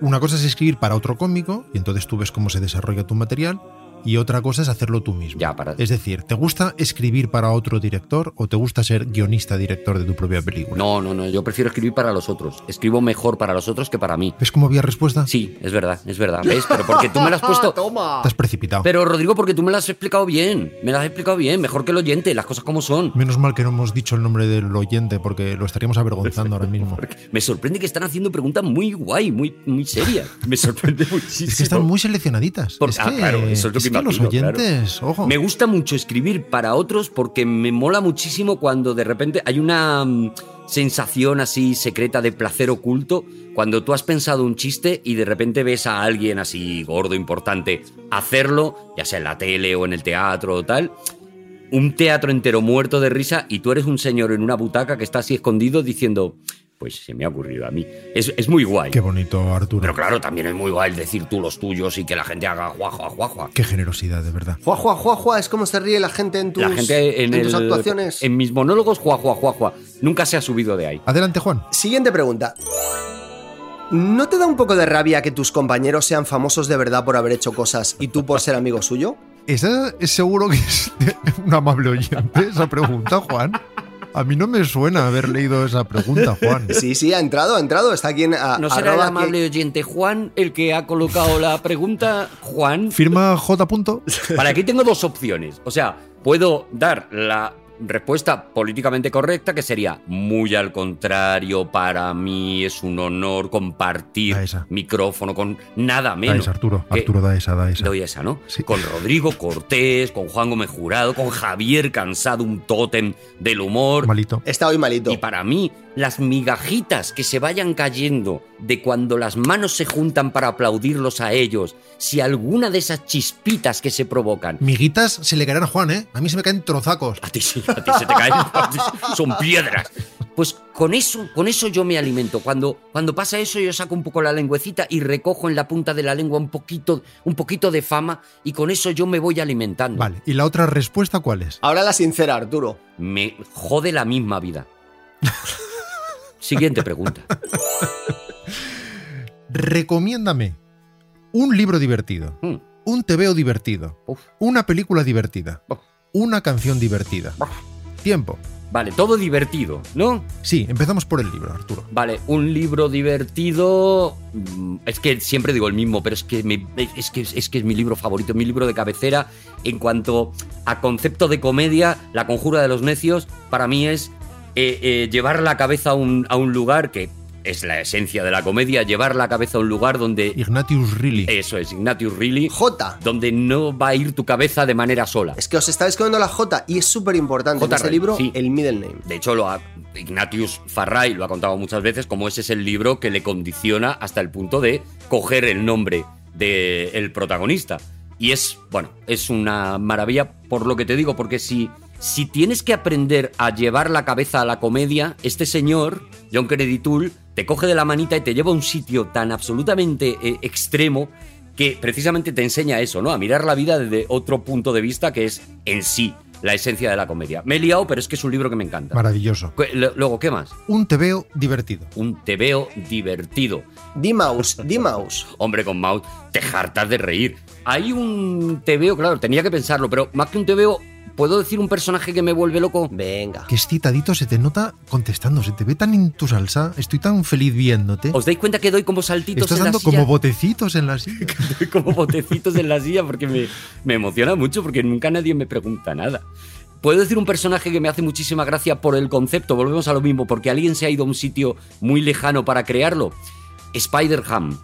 Una cosa es escribir para otro cómico, y entonces tú ves cómo se desarrolla tu material, y otra cosa es hacerlo tú mismo. Ya, para- Es decir, ¿te gusta escribir para otro director o te gusta ser guionista-director de tu propia película? No, no, no, yo prefiero escribir para los otros. Escribo mejor para los otros que para mí. ¿Ves cómo había respuesta? Sí, es verdad, es verdad. ¿Ves? Pero porque tú me lo has puesto. ¡Toma! Te has precipitado. Pero Rodrigo, porque tú me lo has explicado bien. Me lo has explicado bien, mejor que el oyente, las cosas como son. Menos mal que no hemos dicho el nombre del oyente porque lo estaríamos avergonzando ahora mismo. Me sorprende que están haciendo preguntas muy guay, muy, muy serias. Me sorprende muchísimo. Es que están muy seleccionaditas. Por- es ah, que, claro, eso es lo que que los imagino, claro. oyentes, ojo. Me gusta mucho escribir para otros porque me mola muchísimo cuando de repente hay una mm, sensación así secreta de placer oculto cuando tú has pensado un chiste y de repente ves a alguien así gordo, importante, hacerlo, ya sea en la tele o en el teatro o tal. Un teatro entero muerto de risa y tú eres un señor en una butaca que está así escondido diciendo, pues se me ha ocurrido a mí. Es, es muy guay. Qué bonito, Arturo. Pero claro, también es muy guay decir tú los tuyos y que la gente haga guau, guau, guau, guau. Qué generosidad, de verdad. Juá, juá, juá, juá, es como se ríe la gente en tus, la gente en, en tus el- actuaciones. En mis monólogos, guau, guau, guau, guau. Nunca se ha subido de ahí. Adelante, Juan. Siguiente pregunta. ¿No te da un poco de rabia que tus compañeros sean famosos de verdad por haber hecho cosas y tú por ser amigo suyo? ¿Estás seguro que es de un amable oyente esa pregunta, Juan? A mí no me suena haber leído esa pregunta, Juan. Sí, sí, ha entrado, ha entrado. Está aquí en a- ¿No será el arroba amable oyente Juan el que ha colocado la pregunta? Juan. Firma J. Punto. Para aquí tengo dos opciones. O sea, puedo dar la respuesta políticamente correcta, que sería muy al contrario, para mí es un honor compartir A esa. micrófono con nada Da menos. esa, Arturo. que- Arturo, da esa, da esa. Doy esa, ¿no? Sí. Con Rodrigo Cortés, con Juan Gómez Jurado, con Javier Cansado, un tótem del humor. Malito. que Está hoy malito. Y para mí, las migajitas que se vayan cayendo de cuando las manos se juntan para aplaudirlos a ellos, si alguna de esas chispitas que se provocan. Miguitas Ah, se le caerán a Juan, ¿eh? A mí se me caen trozacos. A ti sí, a ti se te caen, a ti son piedras. Pues con eso, con eso yo me alimento. Cuando, cuando pasa eso, yo saco un poco la lengüecita y recojo en la punta de la lengua un poquito, un poquito de fama y con eso yo me voy alimentando. Vale, ¿y la otra respuesta cuál es? Ahora la sincera, Arturo. Me jode la misma vida. Siguiente pregunta. Recomiéndame un libro divertido, Mm. un tebeo divertido, Uf. una película divertida, Uf. una canción divertida. Tiempo. Vale, todo divertido, ¿no? Sí, empezamos por el libro, Arturo. Vale, un libro divertido. mm, Es que siempre digo el mismo, pero es que, me- es, que, es que es mi libro favorito, mi libro de cabecera. En cuanto a concepto de comedia, La Conjura de los Necios, para mí es eh, eh, llevar la cabeza a un, a un lugar que es la esencia de la comedia, llevar la cabeza a un lugar donde. Ignatius Rili. Eso es, Ignatius Really. J. Donde no va a ir tu cabeza de manera sola. Es que os estáis comiendo la J y es súper importante en J. este Rey, libro sí. el middle name. De hecho, lo ha- Ignatius Farray lo ha contado muchas veces, como ese es el libro que le condiciona hasta el punto de coger el nombre del protagonista. Y es, bueno, es una maravilla por lo que te digo, porque si, si tienes que aprender a llevar la cabeza a la comedia, este señor, John Kennedy Toole, te coge de la manita y te lleva a un sitio tan absolutamente eh, extremo que precisamente te enseña eso, ¿no? A mirar la vida desde otro punto de vista que es en sí la esencia de la comedia. Me he liado, pero es que es un libro que me encanta. Maravilloso. Cu- lo- Luego, ¿qué más? Un tebeo divertido. Un te veo divertido. D-Mouse, D-Mouse. Hombre con mouse, te hartas de reír. Hay un te veo, claro, tenía que pensarlo, pero más que un te veo, ¿puedo decir un personaje que me vuelve loco? Venga. Qué excitadito se te nota contestando, se te ve tan en tu salsa, estoy tan feliz viéndote. ¿Os dais cuenta que doy como saltitos Estás en la dando silla? como botecitos en la silla. Doy como botecitos en la silla porque me, me emociona mucho, porque nunca nadie me pregunta nada. Puedo decir un personaje que me hace muchísima gracia por el concepto, volvemos a lo mismo, porque alguien se ha ido a un sitio muy lejano para crearlo. Spider-Ham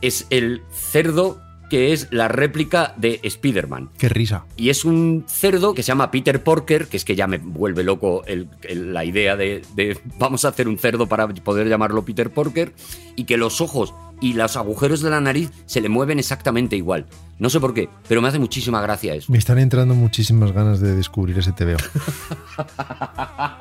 es el cerdo que es la réplica de Spider-Man. Qué risa. Y es un cerdo que se llama Peter Porker, que es que ya me vuelve loco el- el- la idea de, de vamos a hacer un cerdo para poder llamarlo Peter Porker, y que los ojos y los agujeros de la nariz se le mueven exactamente igual. No sé por qué, pero me hace muchísima gracia eso. Me están entrando muchísimas ganas de descubrir ese tebeo.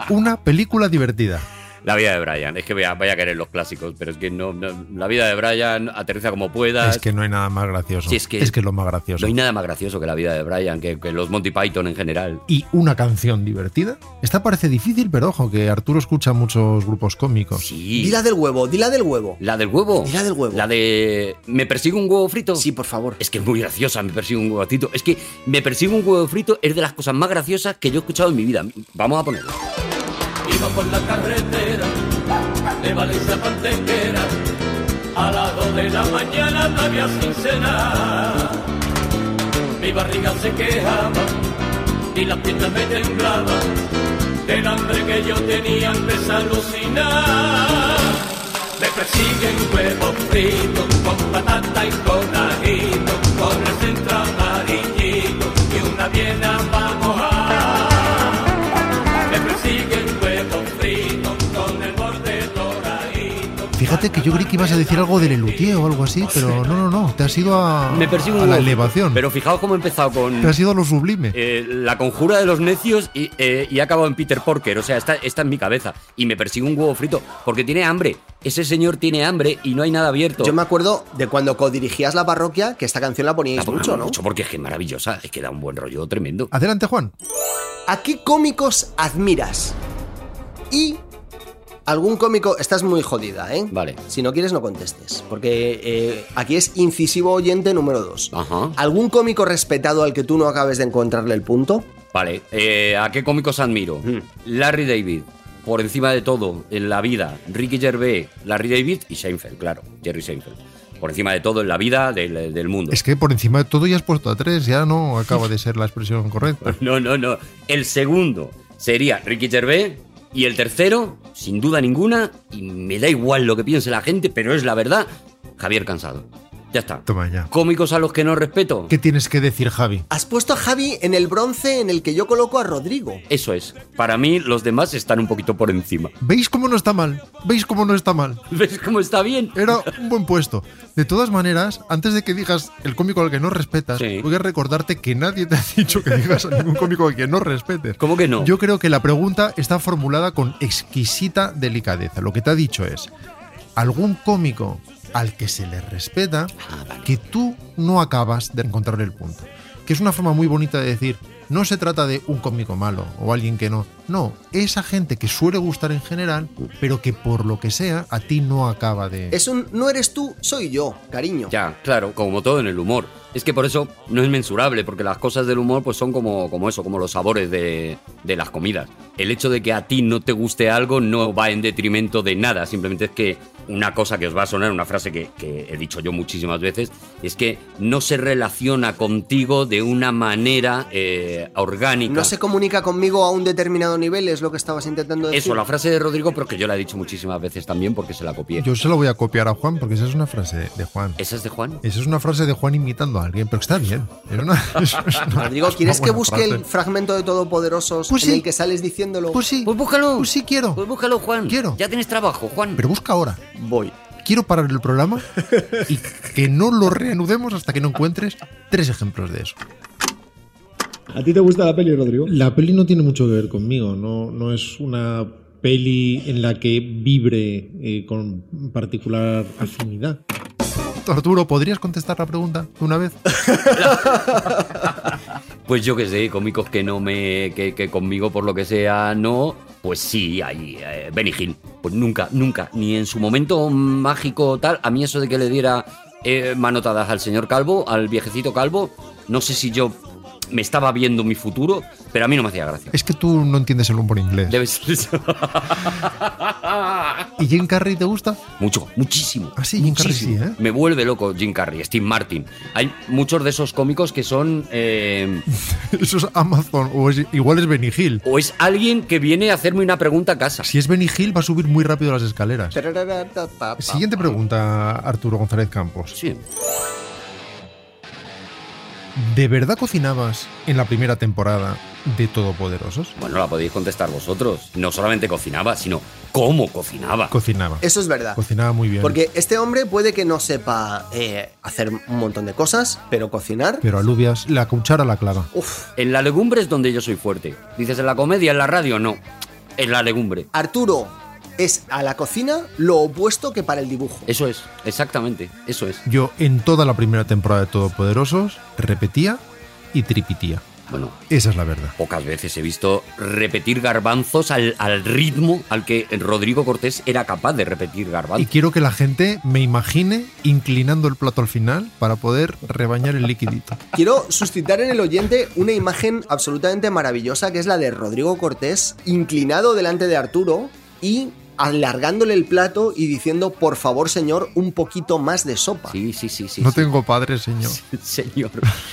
Una película divertida. La vida de Brian, es que vaya, vaya a querer los clásicos, pero es que no, no- la vida de Brian aterriza como puedas. Es que no hay nada más gracioso. Sí, es que- es lo más gracioso. no hay nada más gracioso que la vida de Brian, que, que los Monty Python en general. y una canción divertida. Esta parece difícil, pero ojo, que Arturo escucha muchos grupos cómicos. Sí. Dila del huevo, dila del huevo. ¿La del huevo? Dila del huevo. La de... ¿Me persigue un huevo frito? Sí, por favor. Es que es muy graciosa, me persigue un huevo frito. Es que me persigue un huevo frito es de las cosas más graciosas que yo he escuchado en mi vida. Vamos a ponerlo. Iba por la carretera de Valencia a Pantequera. A las dos de la mañana todavía sin cenar. Mi barriga se quejaba y las piernas me temblaban del hambre que yo tenía empecé a alucinar. Me persiguen huevos fritos con patata y con ajito, con el centro amarillito y una viena para mojar. Me persiguen huevos fritos con el borde doradito. Fíjate que yo creí que ibas a decir algo de Lelutier o algo así, pero no, no, no. Te has ido a, Me persigue un a la huevo elevación. frito. Pero fijaos cómo he empezado con... Te has ido a lo sublime. eh, la conjura de los necios y, eh, y ha acabado en Peter Porker. O sea, está, está en mi cabeza. Y me persigue un huevo frito porque tiene hambre. Ese señor tiene hambre y no hay nada abierto. Yo me acuerdo de cuando codirigías la parroquia, que esta canción la La poníais pongo mucho, ¿no? Mucho porque es que es maravillosa. Es que da un buen rollo tremendo. Adelante, Juan. ¿A qué cómicos admiras? Y algún cómico. Estás muy jodida, ¿eh? Vale. Si no quieres, no contestes. Porque eh, aquí es incisivo oyente número 2. Ajá. ¿Algún cómico respetado al que tú no acabes de encontrarle el punto? Vale, eh, ¿a qué cómicos admiro? Larry David, por encima de todo, en la vida. Ricky Gervais, Larry David y Seinfeld, claro, Jerry Seinfeld. Por encima de todo, en la vida del, del mundo. Es que por encima de todo ya has puesto a tres, ya no acaba de ser la expresión correcta. No, no, no. El segundo sería Ricky Gervais y el tercero, sin duda ninguna, y me da igual lo que piense la gente, pero es la verdad, Javier Cansado. Ya está. Toma ya. Cómicos a los que no respeto. ¿Qué tienes que decir, Javi? Has puesto a Javi en el bronce en el que yo coloco a Rodrigo. Eso es. Para mí, los demás están un poquito por encima. ¿Veis cómo no está mal? ¿Veis cómo no está mal? ¿Ves cómo está bien? Era un buen puesto. De todas maneras, antes de que digas el cómico al que no respetas, Sí. voy a recordarte que nadie te ha dicho que digas a ningún cómico al que no respetes. ¿Cómo que no? Yo creo que la pregunta está formulada con exquisita delicadeza. Lo que te ha dicho es, algún cómico al que se le respeta, Ah, que tú no acabas de encontrar el punto. Que es una forma muy bonita de decir, no se trata de un cómico malo o alguien que no. No, esa gente que suele gustar en general, pero que por lo que sea, a ti no acaba de... Es un no eres tú, soy yo, cariño. Ya, claro, como todo en el humor. Es que por eso no es mensurable, porque las cosas del humor pues son como, como eso, como los sabores de, de las comidas. El hecho de que a ti no te guste algo no va en detrimento de nada, simplemente es que una cosa que os va a sonar, una frase que, que he dicho yo muchísimas veces, es que no se relaciona contigo de una manera eh, orgánica. No se comunica conmigo a un determinado nivel, es lo que estabas intentando decir. Eso, la frase de Rodrigo, pero que yo la he dicho muchísimas veces también porque se la copié. Yo se lo voy a copiar a Juan porque esa es una frase de- de Juan. ¿Esa es de Juan? Esa es una frase de Juan imitando a alguien, pero está bien. Es una, es una- Rodrigo, es una ¿quieres que buena busque frase. el fragmento de Todopoderosos Ah, Pues en sí. el que sales diciéndolo? Pues sí, Pues búscalo. pues sí quiero. Pues búscalo, Juan. Quiero. Ya tienes trabajo, Juan. Pero busca ahora. voy. Quiero parar el programa y que no lo reanudemos hasta que no encuentres tres ejemplos de eso. ¿A ti te gusta la peli, Rodrigo? La peli no tiene mucho que ver conmigo, no, no es una peli en la que vibre eh, con particular afinidad. Arturo, ¿podrías contestar la pregunta de una vez? Pues yo que sé, cómicos que no me. que, que conmigo por lo que sea no. Pues sí, ahí. Eh, Benny Hill. Pues nunca, nunca. Ni en su momento mágico tal. A mí eso de que le diera eh, manotadas al señor Calvo, al viejecito Calvo. No sé si yo me estaba viendo mi futuro, pero a mí no me hacía gracia. Es que tú no entiendes el humor inglés. Debe ser eso. ¿Y Jim Carrey te gusta? Mucho, muchísimo. Ah, sí, Jim Carrey sí, muchísimo. ¿eh? Me vuelve loco Jim Carrey, Steve Martin. Hay muchos de esos cómicos que son. eh, Eso es Amazon o es- igual es Benny Hill. o es alguien que viene a hacerme una pregunta a casa. Si es Benny Hill va a subir muy rápido las escaleras. Siguiente pregunta, Arturo González Campos. Sí. ¿De verdad cocinabas en la primera temporada de Todopoderosos? Bueno, la podéis contestar vosotros. No solamente cocinaba, sino cómo cocinaba. Cocinaba. Eso es verdad. Cocinaba muy bien. Porque este hombre puede que no sepa eh, hacer un montón de cosas, pero cocinar. Pero alubias, la cuchara la clava. Uf. en la legumbre es donde yo soy fuerte. Dices en la comedia, en la radio, no. En la legumbre. Arturo es a la cocina lo opuesto que para el dibujo. Eso es, exactamente, eso es. Yo en toda la primera temporada de Todopoderosos repetía y tripitía. Bueno, Esa es la verdad. pocas veces he visto repetir garbanzos al, al ritmo al que Rodrigo Cortés era capaz de repetir Y garbanzos. quiero que la gente me imagine inclinando el plato al final para poder rebañar el liquidito. Quiero suscitar en el oyente una imagen absolutamente maravillosa que es la de Rodrigo Cortés inclinado delante de Arturo y alargándole el plato y diciendo, por favor señor, un poquito más de sopa. Sí, sí, sí, sí. No sí. tengo padre, señor. Señor,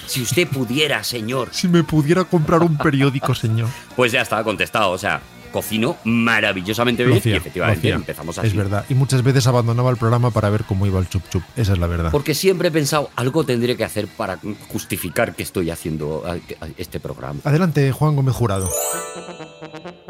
si usted pudiera, señor. Si me pudiera comprar un periódico, señor. Pues ya está contestado, o sea, cocino maravillosamente Lo bien hacía, y lo efectivamente hacía. empezamos así. Es verdad. Y muchas veces abandonaba el programa para ver cómo iba el chup chup. Esa es la verdad. Porque siempre he pensado, algo tendré que hacer para justificar que estoy haciendo a- a- este programa. Adelante, Juan Gómez Jurado.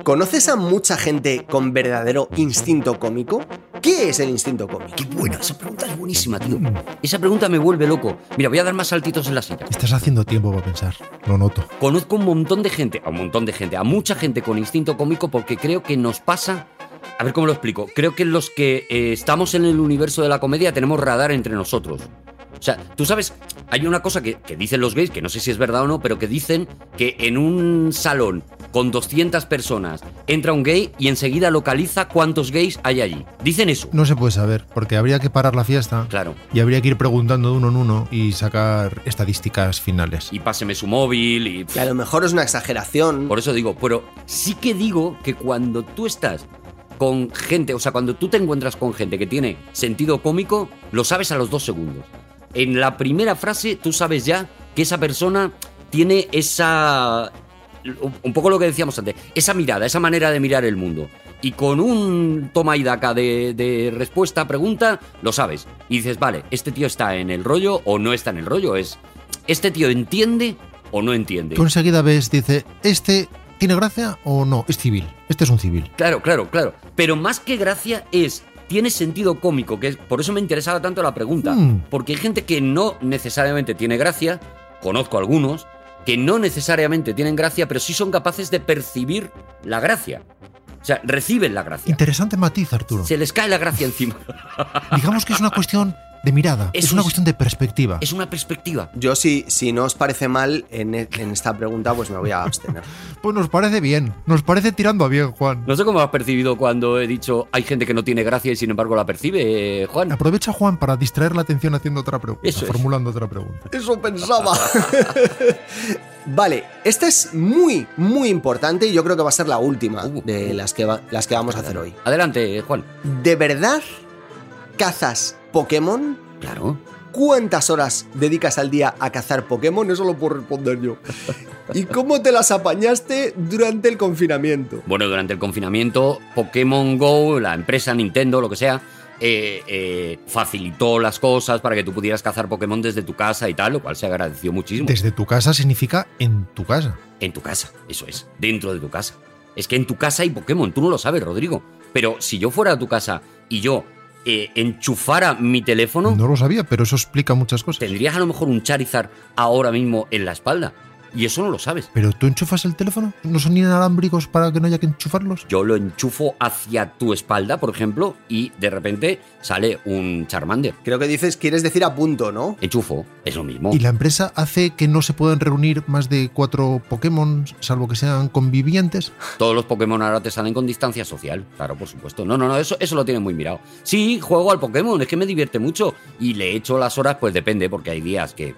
¿Conoces a mucha gente con verdadero instinto cómico? ¿Qué es el instinto cómico? Qué buena, esa pregunta es buenísima, tío. Mm. Esa pregunta me vuelve loco. Mira, voy a dar más saltitos en la silla. Estás haciendo tiempo para pensar. Lo noto. Conozco un montón de gente, a un montón de gente, a mucha gente con instinto cómico porque creo que nos pasa... A ver cómo lo explico. Creo que los que eh, estamos en el universo de la comedia tenemos radar entre nosotros. O sea, tú sabes, hay una cosa que, que dicen los gays, que no sé si es verdad o no, pero que dicen que en un salón con 200 personas entra un gay y enseguida localiza cuántos gays hay allí. Dicen eso. No se puede saber, porque habría que parar la fiesta Claro. y habría que ir preguntando de uno en uno y sacar estadísticas finales. Y páseme su móvil y... Que a lo mejor es una exageración. Por eso digo, pero sí que digo que cuando tú estás con gente, o sea, cuando tú te encuentras con gente que tiene sentido cómico, lo sabes a los dos segundos. En la primera frase tú sabes ya que esa persona tiene esa... Un poco lo que decíamos antes, esa mirada, esa manera de mirar el mundo. y con un toma y daca de, de respuesta a pregunta, lo sabes. Y dices, vale, este tío está en el rollo o no está en el rollo. Es, este tío entiende o no entiende. Tú enseguida ves, dice, ¿este tiene gracia o no? Es civil. Este es un civil. Claro, claro, claro. Pero más que gracia es, tiene sentido cómico, que es, por eso me interesaba tanto la pregunta. Mm. Porque hay gente que no necesariamente tiene gracia, conozco algunos, que no necesariamente tienen gracia, pero sí son capaces de percibir la gracia. O sea, reciben la gracia. Interesante matiz, Arturo. Se les cae la gracia encima. Digamos que es una cuestión de mirada, Eso es una es- cuestión de perspectiva. es una perspectiva. Yo, si, si no os parece mal en, e- en esta pregunta, pues me voy a abstener. Pues nos parece bien, nos parece tirando a bien, Juan. No sé cómo has percibido cuando he dicho hay gente que no tiene gracia y sin embargo la percibe, eh, Juan. Aprovecha Juan para distraer la atención haciendo otra pregunta, Eso es. formulando otra pregunta. Eso pensaba. vale, esta es muy, muy importante y yo creo que va a ser la última Uh. de las que, va- las que vamos a hacer hoy. Adelante, eh, Juan. ¿De verdad cazas Pokémon? Claro. ¿Cuántas horas dedicas al día a cazar Pokémon? Eso lo puedo responder yo. ¿Y cómo te las apañaste durante el confinamiento? Bueno, durante el confinamiento, Pokémon Go, la empresa Nintendo, lo que sea, eh, eh, facilitó las cosas para que tú pudieras cazar Pokémon desde tu casa y tal, lo cual se agradeció muchísimo. Desde tu casa significa en tu casa. En tu casa, eso es, dentro de tu casa. Es que en tu casa hay Pokémon, tú no lo sabes, Rodrigo. Pero si yo fuera a tu casa y yo eh, enchufara mi teléfono, No lo sabía, pero eso explica muchas cosas. tendrías a lo mejor un Charizard ahora mismo en la espalda. Y eso no lo sabes. Pero tú enchufas el teléfono, no son inalámbricos para que no haya que enchufarlos. Yo lo enchufo hacia tu espalda, por ejemplo, y de repente sale un Charmander. Creo que dices, quieres decir a punto, ¿no? Enchufo, es lo mismo. Y la empresa hace que no se puedan reunir más de cuatro Pokémon, salvo que sean convivientes. Todos los Pokémon ahora te salen con distancia social, claro, por supuesto. No, no, no, eso, eso lo tienen muy mirado. Sí, juego al Pokémon, es que me divierte mucho. Y le echo las horas, pues depende, porque hay días que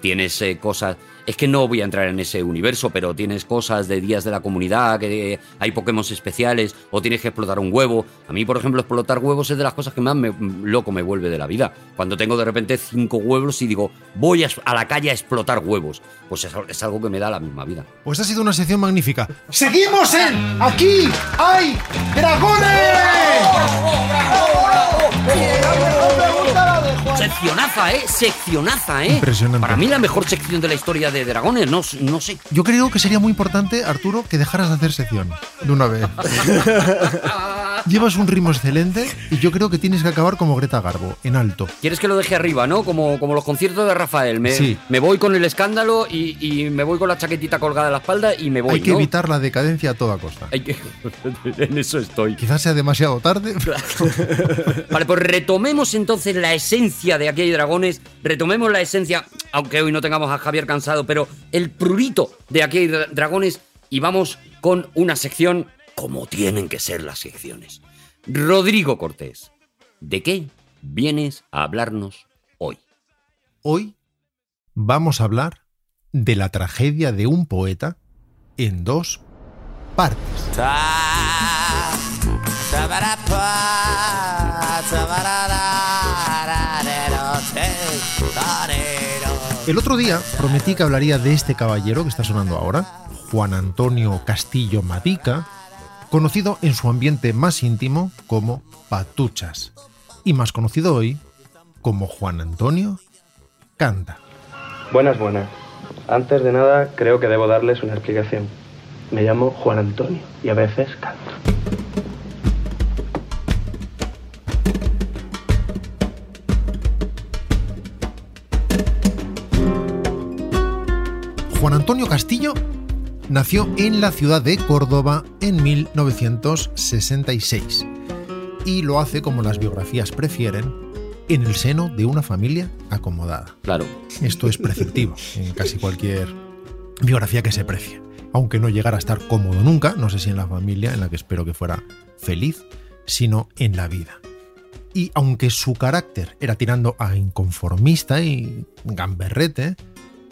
tienes eh, cosas. Es que no voy a entrar en ese universo, pero tienes cosas de días de la comunidad, que eh, hay Pokémon especiales, o tienes que explotar un huevo. A mí, por ejemplo, explotar huevos es de las cosas que más me, m- loco me vuelve de la vida. Cuando tengo de repente cinco huevos y digo, voy a, es- a la calle a explotar huevos, pues es, al- es algo que me da la misma vida. Pues ha sido una sección magnífica. ¡Seguimos en Aquí hay dragones! Seccionaza, ¿eh? Seccionaza, ¿eh? Impresionante. Para mí la mejor sección de la historia de Dragones, no, no sé. Yo creo que sería muy importante, Arturo, que dejaras de hacer sección de una vez. Llevas un ritmo excelente y yo creo que tienes que acabar como Greta Garbo, en alto. Quieres que lo deje arriba, ¿no? Como, como los conciertos de Rafael. Me, Sí. me voy con el escándalo y, y me voy con la chaquetita colgada de la espalda y me voy. Hay que ¿no? evitar la decadencia a toda costa. Hay que- en eso estoy. Quizás sea demasiado tarde. Vale, pues retomemos entonces la esencia de Aquí hay dragones, retomemos la esencia, aunque hoy no tengamos a Javier cansado, pero el prurito de Aquí hay dra- dragones y vamos con una sección como tienen que ser las secciones. Rodrigo Cortés, ¿de qué vienes a hablarnos hoy? Hoy vamos a hablar de la tragedia de un poeta en dos partes. El otro día prometí que hablaría de este caballero que está sonando ahora, Juan Antonio Castillo Madica, conocido en su ambiente más íntimo como Patuchas, y más conocido hoy como Juan Antonio Canta. Buenas, buenas. Antes de nada, creo que debo darles una explicación. Me llamo Juan Antonio y a veces canto. Juan Antonio Castillo nació en la ciudad de Córdoba en 1966 y lo hace, como las biografías prefieren, en el seno de una familia acomodada. Claro, Esto es preceptivo en casi cualquier biografía que se precie. Aunque no llegara a estar cómodo nunca, no sé si en la familia, en la que espero que fuera feliz, sino en la vida. Y aunque su carácter era tirando a inconformista y gamberrete,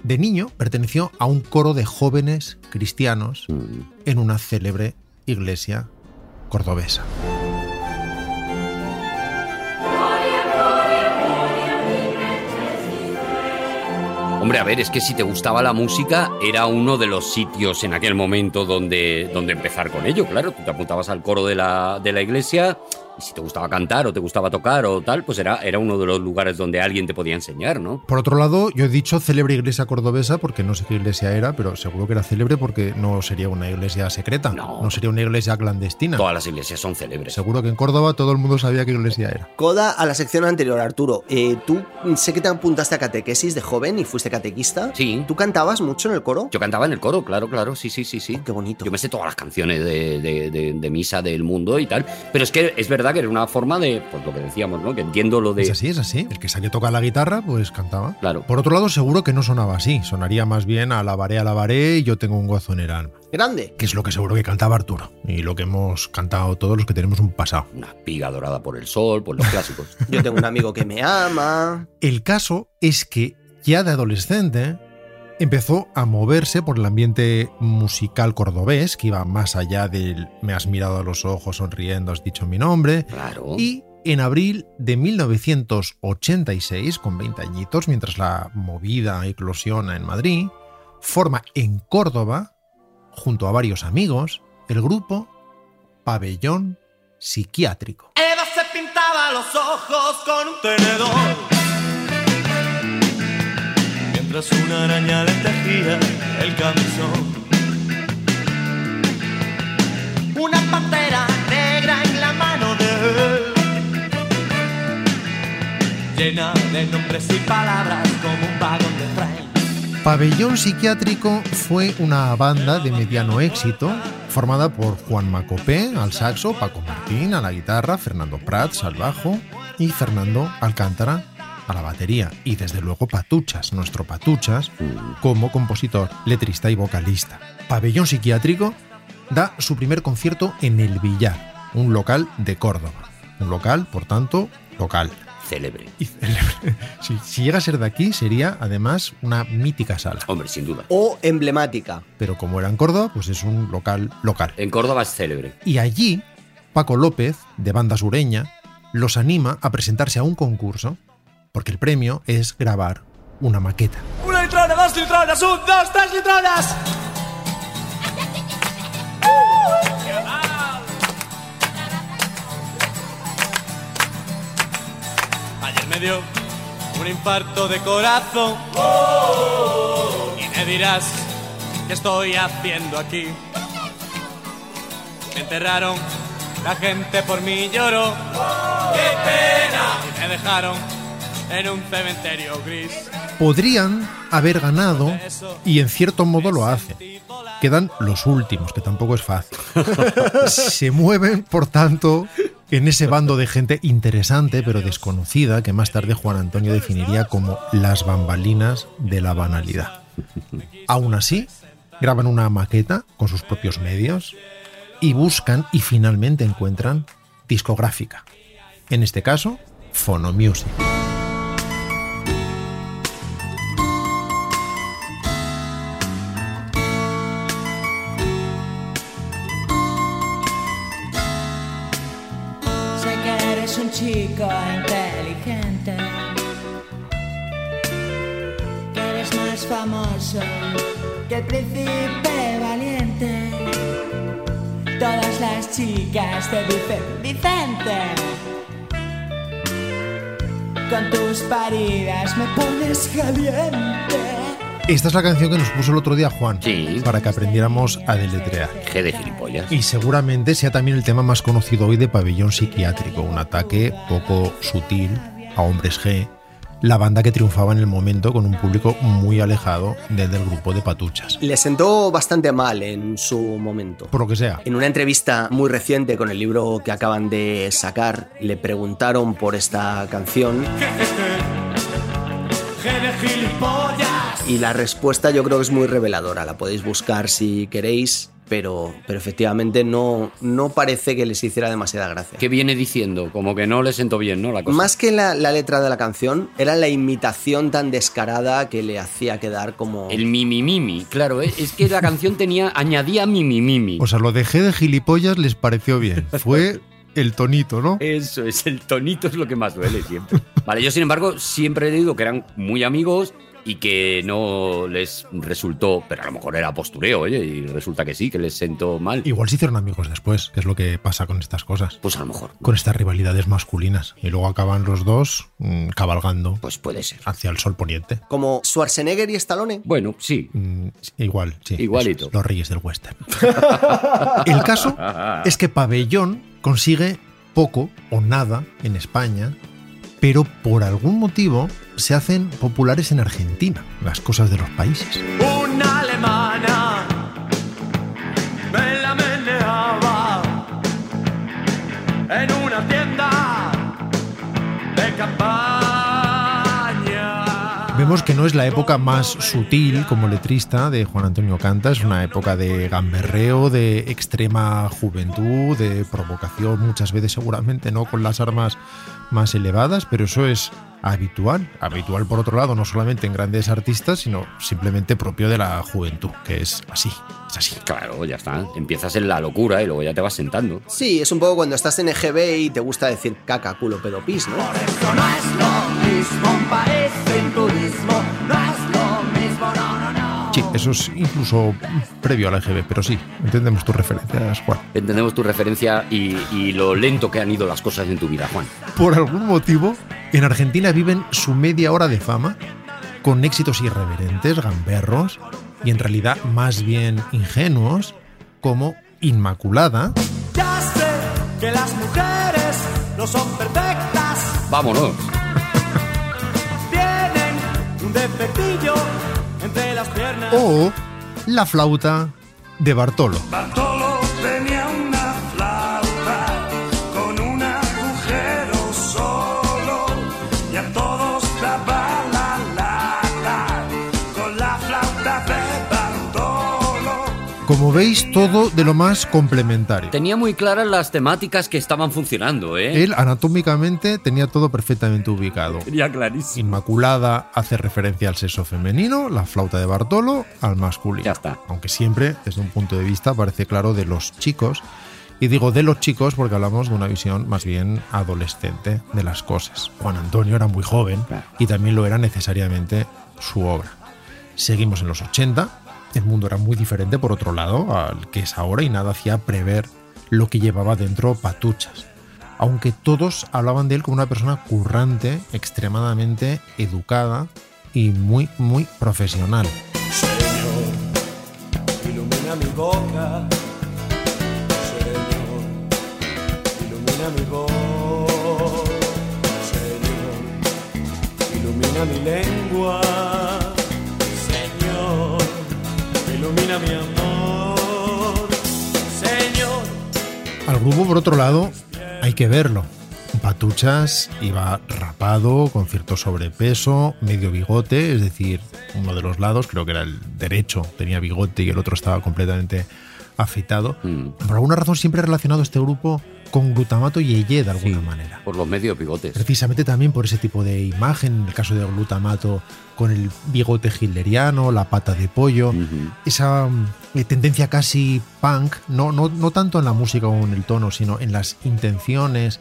de niño perteneció a un coro de jóvenes cristianos en una célebre iglesia cordobesa. Hombre, a ver, es que si te gustaba la música, era uno de los sitios en aquel momento donde, donde empezar con ello, claro. Tú te apuntabas al coro de la, de la iglesia y si te gustaba cantar o te gustaba tocar o tal, pues era, era uno de los lugares donde alguien te podía enseñar, ¿no? Por otro lado, yo he dicho célebre iglesia cordobesa porque no sé qué iglesia era, pero seguro que era célebre porque no sería una iglesia secreta, no, sería una iglesia clandestina. Todas las iglesias son célebres. Seguro que en Córdoba todo el mundo sabía qué iglesia era. Coda a la sección anterior, Arturo. Eh, tú sé que te apuntaste a catequesis de joven y fuiste catequista. Sí. ¿Tú cantabas mucho en el coro? Yo cantaba en el coro, claro, claro, sí, sí, sí, sí. Qué bonito. Yo me sé todas las canciones de, de- de- de misa del mundo y tal, pero es que es verdad que era una forma de, pues lo que decíamos, ¿no? Que entiendo lo de... Es así, es así. El que sabía tocar la guitarra, pues cantaba. Claro. Por otro lado, seguro que no sonaba así. Sonaría más bien alabaré, alabaré y yo tengo un gozo en el alma. Grande. Que es lo que seguro que cantaba Arturo. Y lo que hemos cantado todos los que tenemos un pasado. Una piga dorada por el sol, por los clásicos. Yo tengo un amigo que me ama. El caso es que ya de adolescente empezó a moverse por el ambiente musical cordobés, que iba más allá del me has mirado a los ojos sonriendo, has dicho mi nombre. Claro. Y en abril de 1986, con 20 añitos, mientras la movida eclosiona en Madrid, forma en Córdoba, junto a varios amigos, el grupo Pabellón Psiquiátrico. Eva se pintaba los ojos con un tenedor. Mientras una araña le tejía el camisón. Una pantera negra en la mano de él. Llena de nombres y palabras como un vagón de tren. Pabellón Psiquiátrico fue una banda de mediano éxito formada por Juan Macopé al saxo, Paco Martín a la guitarra, Fernando Prats al bajo y Fernando Alcántara a la batería y desde luego Patuchas, nuestro Patuchas, como compositor, letrista y vocalista. Pabellón Psiquiátrico da su primer concierto en El Villar, un local de Córdoba. Un local, por tanto, local. Célebre. Y célebre. Si, si llega a ser de aquí, sería además una mítica sala. Hombre, sin duda. O emblemática. Pero como era en Córdoba, pues es un local local. En Córdoba es célebre. Y allí, Paco López, de banda sureña, los anima a presentarse a un concurso, porque el premio es grabar una maqueta. Una litrona, dos litronas, un, dos, tres litronas. Ayer me dio un infarto de corazón. Y me dirás, ¿qué estoy haciendo aquí? Me enterraron, la gente por mí lloró. ¡Qué pena! Y me dejaron en un cementerio gris. Podrían haber ganado, y en cierto modo lo hacen. Quedan los últimos, que tampoco es fácil. Se mueven, por tanto, en ese bando de gente interesante pero desconocida que más tarde Juan Antonio definiría como las bambalinas de la banalidad. Aún así, graban una maqueta con sus propios medios y buscan y finalmente encuentran discográfica. En este caso, Phono Music. Sé que eres un chico inteligente, que eres más famoso que el príncipe valiente. Todas las chicas te dicen Vicente. Con tus paridas me pones caliente. Esta es la canción que nos puso el otro día Juan Sí. para que aprendiéramos a deletrear. G de gilipollas. Y seguramente sea también el tema más conocido hoy de Pabellón Psiquiátrico, un ataque poco sutil a Hombres G, la banda que triunfaba en el momento con un público muy alejado del del grupo de Patuchas. Le sentó bastante mal en su momento. Por lo que sea, En una entrevista muy reciente con el libro que acaban de sacar, le preguntaron por esta canción Gene gilipollas. y la respuesta yo creo que es muy reveladora. La podéis buscar si queréis, pero, pero efectivamente no, no parece que les hiciera demasiada gracia. ¿Qué viene diciendo? Como que no le sentó bien, ¿no? La cosa. Más que la, la letra de la canción, era la imitación tan descarada que le hacía quedar como... El mimi mimi, claro, eh, es, es que la canción tenía, añadía mimi mimi. o sea, lo dejé de gilipollas les pareció bien. Fue el tonito, ¿no? Eso es, el tonito es lo que más duele siempre. Vale, yo sin embargo siempre he dicho que eran muy amigos, y que no les resultó, pero a lo mejor era postureo, oye, y resulta que sí, que les sentó mal. Igual se hicieron amigos después, que es lo que pasa con estas cosas. Pues a lo mejor. Con estas rivalidades masculinas. Y luego acaban los dos mm, cabalgando. Pues puede ser. Hacia el sol poniente. Como Schwarzenegger y Stallone. Bueno, sí. Mm, igual, sí. Igualito. Eso, los reyes del western. el caso es que Pabellón consigue poco o nada en España, pero por algún motivo se hacen populares en Argentina, las cosas de los países. Una alemana me la meneaba en una tienda de campaña. Vemos que no es la época más sutil como letrista de Juan Antonio Canta, es una época de gamberreo, de extrema juventud, de provocación muchas veces seguramente, no con las armas más elevadas, pero eso es habitual, habitual por otro lado, no solamente en grandes artistas, sino simplemente propio de la juventud, que es así, es así. Claro, ya está. Empiezas en la locura y luego ya te vas sentando. Sí, es un poco cuando estás en EGB y te gusta decir caca, culo, pedo, pis, ¿no? Por eso no es lo mismo un país sin turismo, no es lo mismo, no, no, no. Sí, eso es incluso previo a la EGB, pero sí, entendemos tus referencias, Juan. Entendemos tu referencia y, y lo lento que han ido las cosas en tu vida, Juan. Por algún motivo, en Argentina viven su media hora de fama con éxitos irreverentes, gamberros y en realidad más bien ingenuos, como Inmaculada, Ya sé que las mujeres no son perfectas, Vámonos. tienen un defectillo entre las piernas. o La flauta de Bartolo. Bartolo tenía una flauta con un agujero solo y a todos daba la lata con la flauta de Bartolo. Como veis, todo de lo más complementario. Tenía muy claras las temáticas que estaban funcionando, ¿eh? Él anatómicamente tenía todo perfectamente ubicado. Tenía clarísimo. Inmaculada hace referencia al sexo femenino, la flauta de Bartolo al masculino. Ya está. Aunque siempre, desde un punto de vista, parece claro de los chicos. Y digo de los chicos porque hablamos de una visión más bien adolescente de las cosas. Juan Antonio era muy joven y también lo era necesariamente su obra. Seguimos en los 80, el mundo era muy diferente por otro lado al que es ahora y nada hacía prever lo que llevaba dentro patuchas. Aunque todos hablaban de él como una persona currante, extremadamente educada y muy, muy profesional. Señor, ilumina mi boca. Señor, ilumina mi voz. Señor, ilumina mi lengua. Señor, ilumina mi amor. Señor, Al grupo, por otro lado, hay que verlo. Patuchas iba rapado, con cierto sobrepeso, medio bigote, es decir, uno de los lados, creo que era el derecho, tenía bigote y el otro estaba completamente afeitado. Mm. Por alguna razón siempre he relacionado este grupo con glutamato y Yeye de alguna manera. Por los medios bigotes. Precisamente también por ese tipo de imagen, en el caso de glutamato con el bigote hitleriano, la pata de pollo, Ujú. esa mm, eh, tendencia casi punk, no, no, no tanto en la música o en el tono, sino en las intenciones,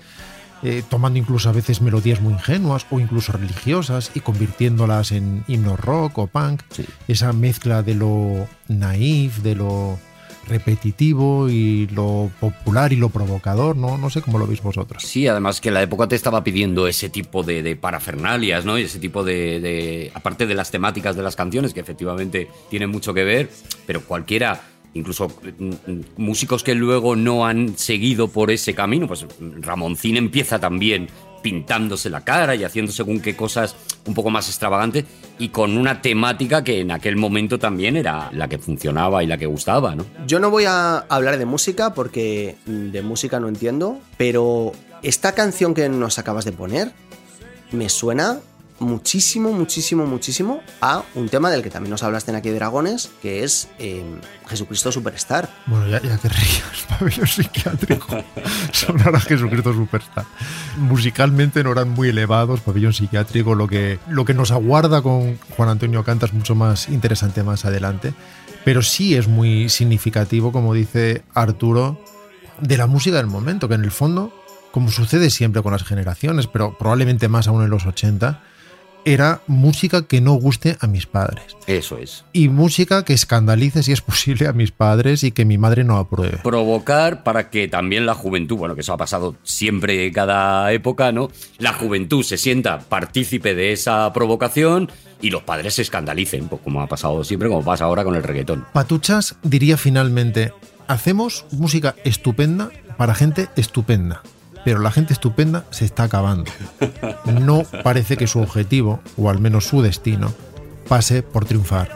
eh, tomando incluso a veces melodías muy ingenuas o incluso religiosas y convirtiéndolas en himnos rock o punk, Sí. esa mezcla de lo naif, de lo repetitivo y lo popular y lo provocador, no, no sé cómo lo veis vosotros. Sí, además que la época te estaba pidiendo ese tipo de, de parafernalias, ¿no? Y ese tipo de, de- Aparte de las temáticas de las canciones, que efectivamente tienen mucho que ver, pero cualquiera, incluso mm, mm, músicos que luego no han seguido por ese camino, pues mm, Ramoncín empieza también pintándose la cara y haciendo según qué cosas un poco más extravagantes y con una temática que en aquel momento también era la que funcionaba y la que gustaba, ¿no? Yo no voy a hablar de música porque de música no entiendo, pero esta canción que nos acabas de poner me suena muchísimo, muchísimo, muchísimo a un tema del que también nos hablaste en aquí de Dragones, que es eh, Jesucristo Superstar. Bueno, ya, ya te rías, pabellón psiquiátrico. Sonar a Jesucristo Superstar. Musicalmente no eran muy elevados, pabellón psiquiátrico. Lo que, lo que nos aguarda con Juan Antonio Canta es mucho más interesante más adelante. Pero sí es muy significativo, como dice Arturo, de la música del momento, que en el fondo, como sucede siempre con las generaciones, pero probablemente más aún en los 80, era música que no guste a mis padres. Eso es. Y música que escandalice si es posible a mis padres y que mi madre no apruebe. Provocar para que también la juventud, bueno, que eso ha pasado siempre en cada época, ¿no? La juventud se sienta partícipe de esa provocación y los padres se escandalicen, pues como ha pasado siempre, como pasa ahora con el reggaetón. Patuchas diría finalmente, hacemos música estupenda para gente estupenda. Pero la gente estupenda se está acabando. No parece que su objetivo, o al menos su destino, pase por triunfar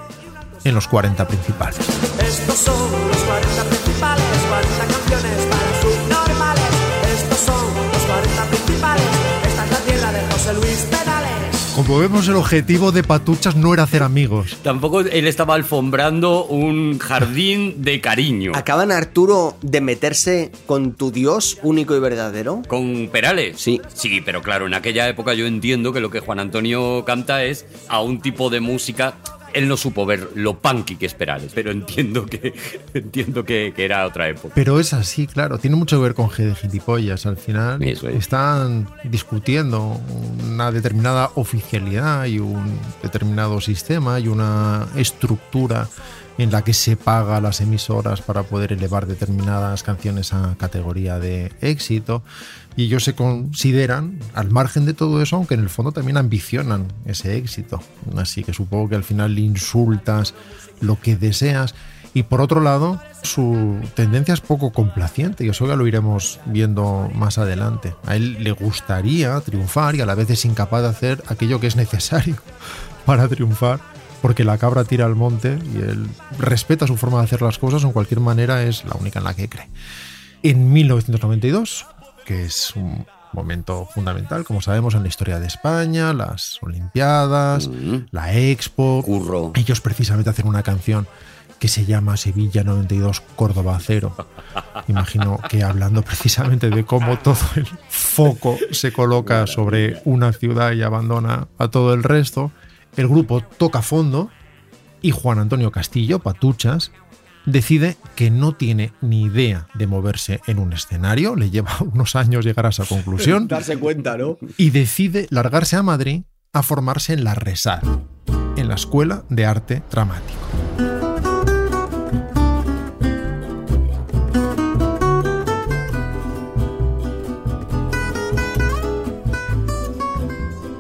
en los 40 principales. Estos son los 40 principales, 40 canciones para subnormales. Estos son los 40 principales, esta es la tierra de José Luis Perales. Como vemos, el objetivo de Patuchas no era hacer amigos. Tampoco él estaba alfombrando un jardín de cariño. ¿Acaban Arturo de meterse con tu Dios único y verdadero? ¿Con Perales? Sí. Sí, pero claro, en aquella época yo entiendo que lo que Juan Antonio canta es a un tipo de música. Él no supo ver lo punky que es Perales, pero entiendo que entiendo que, que era otra época. Pero es así, claro, tiene mucho que ver con G de gilipollas. Al final Eso es. están discutiendo una determinada oficialidad y un determinado sistema y una estructura en la que se paga a las emisoras para poder elevar determinadas canciones a categoría de éxito. Y ellos se consideran, al margen de todo eso, aunque en el fondo también ambicionan ese éxito. Así que supongo que al final insultas lo que deseas. Y por otro lado, su tendencia es poco complaciente, y eso ya lo iremos viendo más adelante. A él le gustaría triunfar y a la vez es incapaz de hacer aquello que es necesario para triunfar, porque la cabra tira al monte y él respeta su forma de hacer las cosas, en cualquier manera es la única en la que cree. En 1992, que es un momento fundamental, como sabemos, en la historia de España, las Olimpiadas, la Expo, Curro. ellos precisamente hacen una canción que se llama Sevilla 92 Córdoba 0. Imagino que hablando precisamente de cómo todo el foco se coloca sobre una ciudad y abandona a todo el resto, el grupo toca fondo y Juan Antonio Castillo, Patuchas, decide que no tiene ni idea de moverse en un escenario, le lleva unos años llegar a esa conclusión Darse cuenta, ¿no? y decide largarse a Madrid a formarse en la RESAD, en la Escuela de Arte Dramático.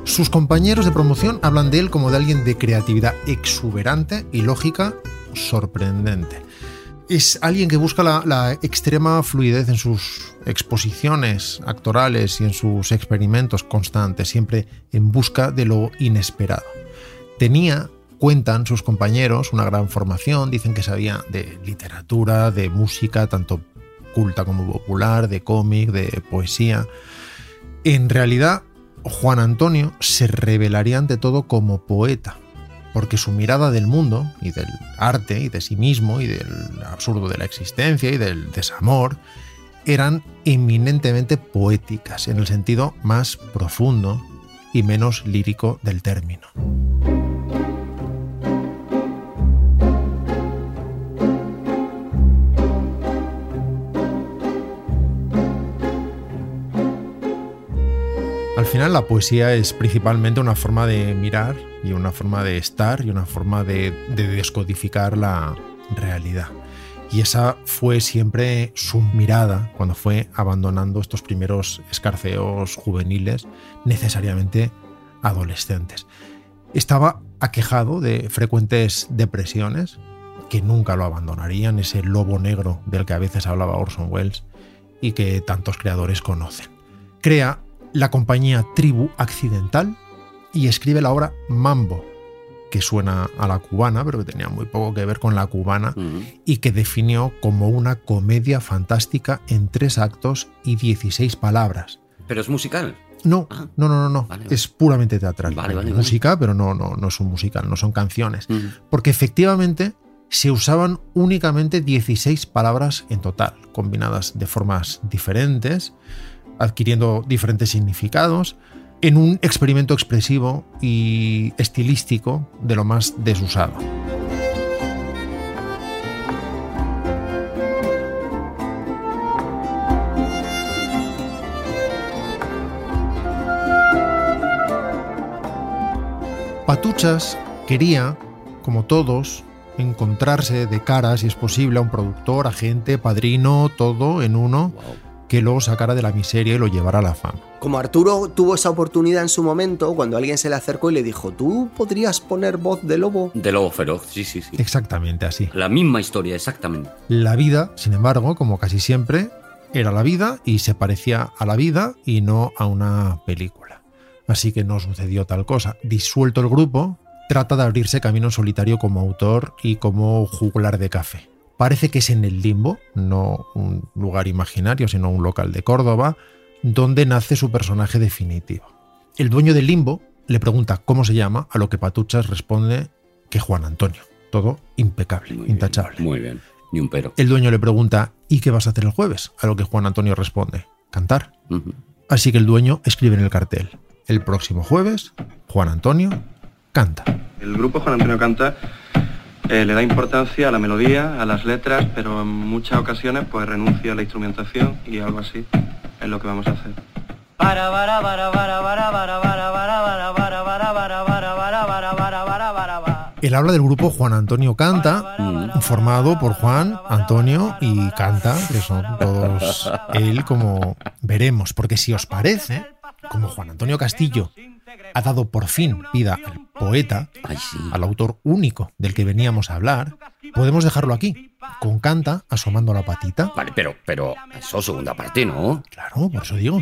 Sus compañeros de promoción hablan de él como de alguien de creatividad exuberante y lógica sorprendente. Es alguien que busca la, la extrema fluidez en sus exposiciones actorales y en sus experimentos constantes, siempre en busca de lo inesperado. Tenía, cuentan sus compañeros, una gran formación, dicen que sabía de literatura, de música, tanto culta como popular, de cómic, de poesía. En realidad, Juan Antonio se revelaría ante todo como poeta, porque su mirada del mundo y del arte y de sí mismo y del absurdo de la existencia y del desamor eran eminentemente poéticas en el sentido más profundo y menos lírico del término. Al final la poesía es principalmente una forma de mirar y una forma de estar y una forma de, de descodificar la realidad. Y esa fue siempre su mirada cuando fue abandonando estos primeros escarceos juveniles, necesariamente adolescentes. Estaba aquejado de frecuentes depresiones que nunca lo abandonarían, ese lobo negro del que a veces hablaba Orson Welles y que tantos creadores conocen. Crea la compañía Tribu Accidental y escribe la obra Mambo, que suena a la cubana, pero que tenía muy poco que ver con la cubana, y que definió como una comedia fantástica en tres actos y 16 palabras. Pero es musical. No, no, no, no, no. es puramente teatral. Ah. Vale, Hay vale, vale. música, pero no, no, no es un musical, no son canciones. Ujú. Porque efectivamente se usaban únicamente 16 palabras en total, combinadas de formas diferentes, adquiriendo diferentes significados, en un experimento expresivo y estilístico de lo más desusado. Patuchas quería, como todos, encontrarse de cara, si es posible, a un productor, agente, padrino, todo en uno, que lo sacara de la miseria y lo llevara a la fama. Como Arturo tuvo esa oportunidad en su momento, cuando alguien se le acercó y le dijo, ¿tú podrías poner voz de lobo? De lobo feroz, sí, sí, sí. Exactamente así. La misma historia, exactamente. La vida, sin embargo, como casi siempre, era la vida y se parecía a la vida y no a una película. Así que no sucedió tal cosa. Disuelto el grupo, trata de abrirse camino en solitario como autor y como juglar de café. Parece que es en el limbo, no un lugar imaginario, sino un local de Córdoba, donde nace su personaje definitivo. El dueño del limbo le pregunta cómo se llama, a lo que Patuchas responde que Juan Antonio. Todo impecable, Muy bien, intachable. muy bien, ni un pero. El dueño le pregunta ¿y qué vas a hacer el jueves? A lo que Juan Antonio responde cantar. Ujú. Así que el dueño escribe en el cartel el próximo jueves Juan Antonio canta. El grupo Juan Antonio Canta eh, le da importancia a la melodía, a las letras, pero en muchas ocasiones pues renuncia a la instrumentación y algo así es lo que vamos a hacer. Bara, bara, bara, bara, bara, bara, bara, bara, bara, bara, bara, bara, bara, bara, bara, bara, bara, bara, bara. Él habla del grupo Juan Antonio Canta, formado por Juan, Antonio y Canta, que son todos él como veremos, porque si os parece, como Juan Antonio Castillo ha dado por fin vida al poeta, al autor único del que veníamos a hablar, podemos dejarlo aquí, con Canta asomando la patita. Vale, pero, pero, eso segunda parte, ¿no? Ah, Claro, por eso digo.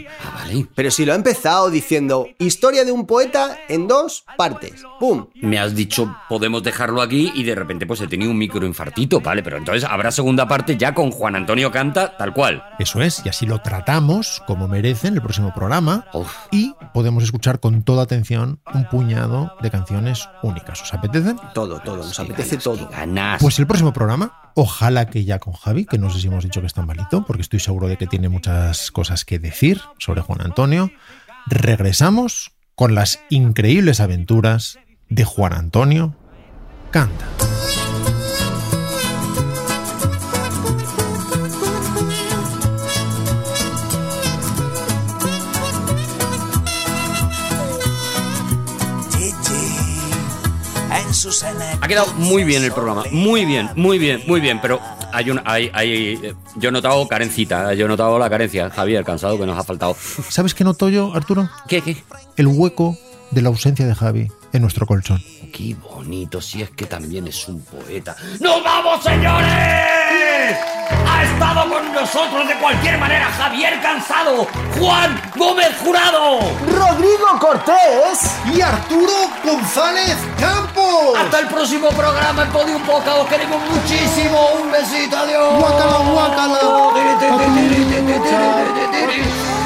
Pero si lo ha empezado diciendo, historia de un poeta en dos partes. ¡Pum! Me has dicho, podemos dejarlo aquí y de repente pues he tenido un microinfartito, ¿vale? Pero entonces habrá segunda parte ya con Juan Antonio Canta, tal cual. Eso es, y así lo tratamos como merece en el próximo programa. Y podemos escuchar con toda atención un puñado de canciones únicas. ¿Os apetecen? Todo, todo, nos apetece todo. Ganas. Pues el próximo programa, ojalá que ya con Javi, que no sé si hemos dicho que está malito, porque estoy seguro de que tiene muchas cosas que decir sobre Juan Antonio. Regresamos con las increíbles aventuras de Juan Antonio Canta. Ha quedado muy bien el programa, muy bien, muy bien, muy bien, pero hay un, hay, hay, eh, yo he notado carencita, yo he notado la carencia, Javier, cansado que nos ha faltado. ¿Sabes qué noto yo, Arturo? ¿Qué, qué? El hueco de la ausencia de Javi en nuestro colchón. Qué bonito, si es que también es un poeta. ¡Nos vamos, señores! Ha estado con nosotros de cualquier manera Javier Cansado, Juan Gómez Jurado, Rodrigo Cortés y Arturo González Campos. Pues. Hasta el próximo programa en Podium Poca. Os queremos muchísimo. Un besito, adiós. Guácala, guácala. Tiri, tiri, tiri, tiri, tiri, tiri, tiri, tiri.